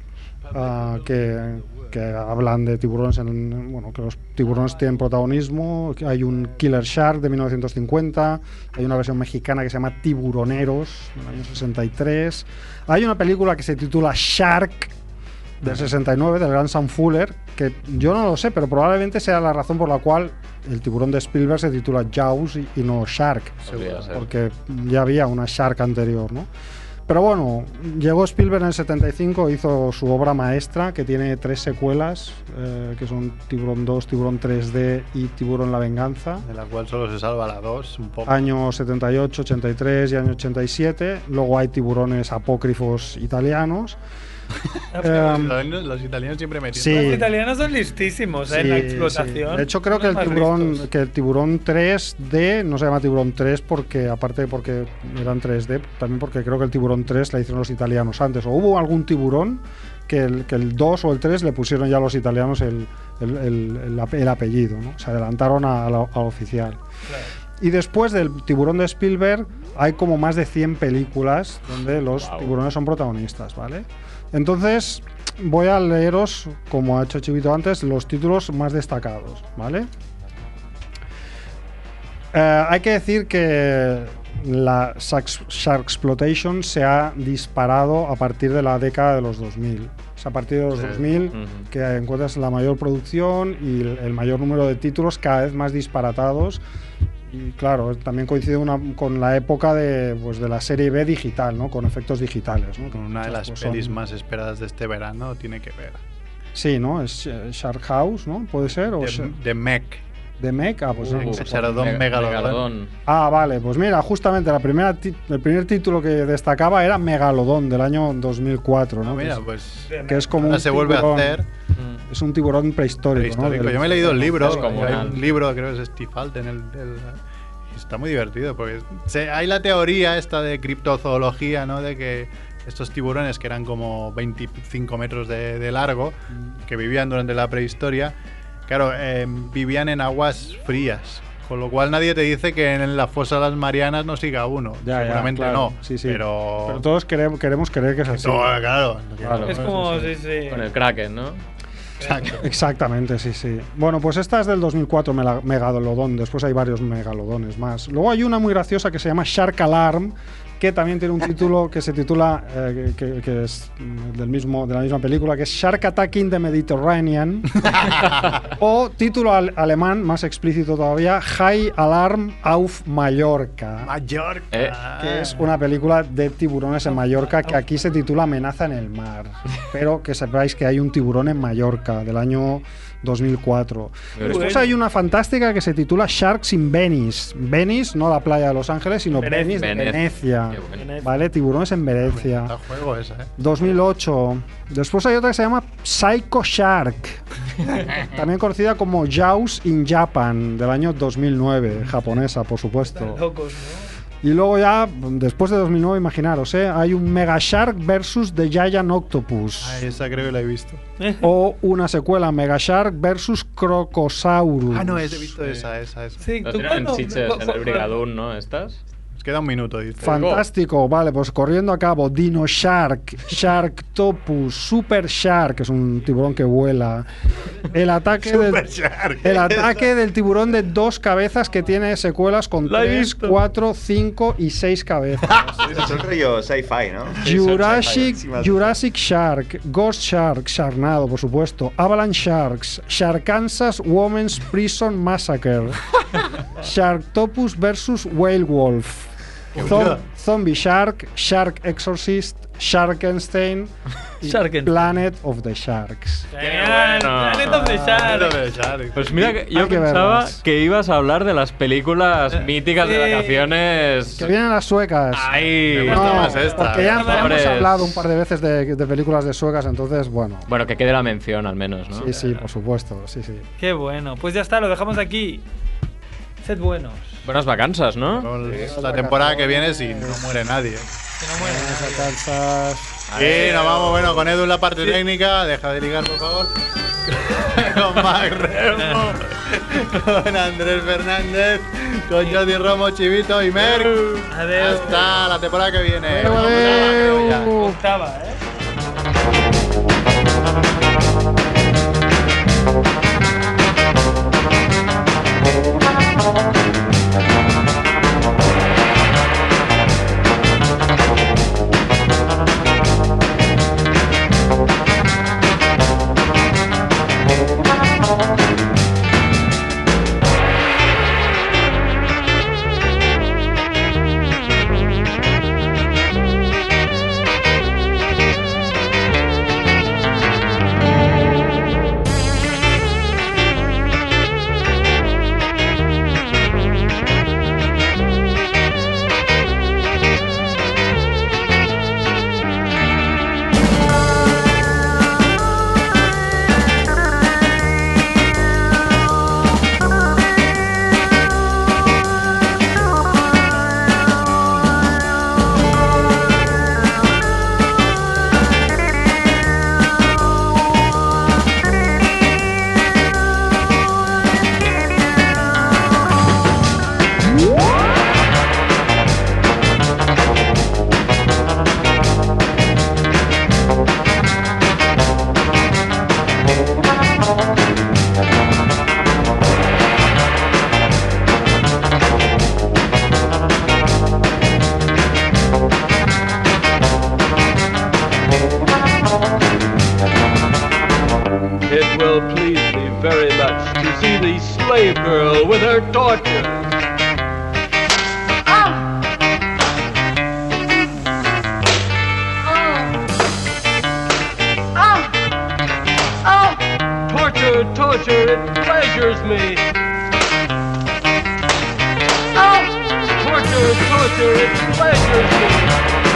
ah, que, que hablan de tiburones, en, bueno, que los tiburones tienen protagonismo. que Hay un Killer Shark de 1950, hay una versión mexicana que se llama Tiburoneros del año 63, hay una película que se titula Shark del 69 del gran Sam Fuller, que yo no lo sé, pero probablemente sea la razón por la cual el tiburón de Spielberg se titula Jaws y, y no Shark, Podría ser. porque ya había una Shark anterior, ¿no? Pero bueno, llegó Spielberg en el 75, hizo su obra maestra, que tiene tres secuelas, eh, que son Tiburón 2, Tiburón 3D y Tiburón la Venganza De la cual solo se salva la 2, un poco. año 78, 83 y año 87. Luego hay tiburones apócrifos italianos. Em, los, los italianos siempre metiendo. sí. Los italianos son listísimos ¿eh? en la sí, explotación. sí. De hecho, creo que el, Son los más tiburón, listos. que el tiburón 3D no se llama tiburón 3 porque, aparte de porque eran 3D, también porque creo que el tiburón 3 la hicieron los italianos antes. O hubo algún tiburón que el, que el 2 o el 3 le pusieron ya los italianos el, el- el- el ape- el apellido, ¿no? Se adelantaron a- a la- al oficial. Y después del tiburón de Spielberg hay como más de 100 películas donde los tiburones son protagonistas, ¿vale? Entonces voy a leeros, como ha hecho Chivito antes, los títulos más destacados, ¿vale? Eh, hay que decir que la Shark Exploitation se ha disparado a partir de la década de los 2000. Es a partir de los 2000 que encuentras la mayor producción y el el mayor número de títulos cada vez más disparatados. Y claro, también coincide una- con la época de, pues, de la serie B digital, ¿no? con efectos digitales. ¿no? Con una de las Pues son- pelis más esperadas de este verano tiene que ver. Sí, ¿no? Es eh, Shark House, ¿no? ¿Puede ser? O Sha- The, The Mech. ¿De Mecha? Pues no. Uh, Megalodón, Meg- Megalodón. Megalodón. Ah, vale. Pues mira, justamente la primera ti- el primer título que destacaba era Megalodón del año 2004, ¿no? Ah, Que mira, es- pues. que es como ahora un se vuelve tiburón. a hacer. Es un tiburón prehistórico, Histórico. ¿no? Del- Yo me he leído el libro. Es hay como una- un libro, creo que es Steve Alten. el- el- y está muy divertido porque se- hay la teoría esta de criptozoología, ¿no? De que estos tiburones que eran como 25 metros de, de largo, Mm. que vivían durante la prehistoria, claro, eh, vivían en aguas frías. Con lo cual nadie te dice que en la fosa de las Marianas no siga uno. Ya, ya, Seguramente claro. no. Sí, sí. Pero... Pero todos queremos, queremos creer que es así. No, claro. Es como si se- Con el Kraken, ¿no? Exactamente, sí, sí. Bueno, pues esta es del 2004, Mela- Megalodón. Después hay varios megalodones más. Luego hay una muy graciosa que se llama Shark Alarm, que también tiene un título que se titula, eh, que, que es mm, del mismo, de la misma película, que es Shark Attacking the Mediterranean. o título al- alemán, más explícito todavía, High Alarm auf Mallorca. Mallorca. Eh, Que es una película de tiburones en Mallorca que aquí se titula Amenaza en el mar. Pero que sepáis que hay un tiburón en Mallorca del año 2004. Muy Después bueno. hay una fantástica que se titula Sharks in Venice. Venice, no la playa de Los Ángeles, sino Venecia. Venice, de Venecia. Venecia. Qué bueno. Venecia. ¿Vale? Tiburones en Venecia. Está juego esa, ¿eh? 2008. Después hay otra que se llama Psycho Shark, también conocida como Jaws in Japan, del año 2009, japonesa, por supuesto. Locos, Y luego ya, después de 2009, imaginaros, ¿eh? hay un Mega Shark versus The Giant Octopus. Ah, esa creo que la he visto. O una secuela, Mega Shark versus Crocosaurus. Ah, no, es, he visto esa, esa, esa. Sí, ¿No tienen chiches en el Brigadún, no? ¿Estas? Nos queda un minuto, dice. Fantástico, vale, pues corriendo a cabo, Dino Shark, Shark Topus, Super Shark, que es un tiburón que vuela. El ataque, del, Super Shark. el ataque del tiburón de dos cabezas que tiene secuelas con La he 3, visto. 4, 5 y 6 cabezas. Es un rollo sci-fi, ¿no? Jurassic, Encima de- Jurassic Shark, Ghost Shark, Sharnado, por supuesto, Avalanche Sharks, Sharkansas Women's Prison Massacre, Sharktopus vs. Whale Wolf, Qué Zom- bueno. Zombie Shark, Shark Exorcist, Sharkenstein y Sharkenstein. Planet of the Sharks. Genial, Planet Ah, of the Sharks. Pues mira, que yo Hay que pensaba verlas. que ibas a hablar de las películas míticas de Sí. vacaciones. Que vienen las suecas. Ay, Me gusta más esta. porque ya hemos Pobres. hablado un par de veces de, de películas de suecas, entonces, bueno. Bueno, que quede la mención al menos, ¿no? Sí, sí, por supuesto, sí, sí. Qué bueno. Pues ya está, lo dejamos aquí. Sed buenos. Buenas vacanzas, ¿no? Con La temporada que viene si no muere nadie. Y nos vamos, bueno, con Edu en la parte técnica. Deja de ligar, por favor. con Mac Remo, con Andrés Fernández, con Jordi Romo, Chivito y Merck. Adeu. Hasta la temporada que viene. Adeu, Vamos allá, creo ya. Gustaba, ¿eh? It will please me very much to see the slave girl with her torture. Ah. Ah. Torture, torture, it pleasures me. Ah. pleasure, it's pleasure.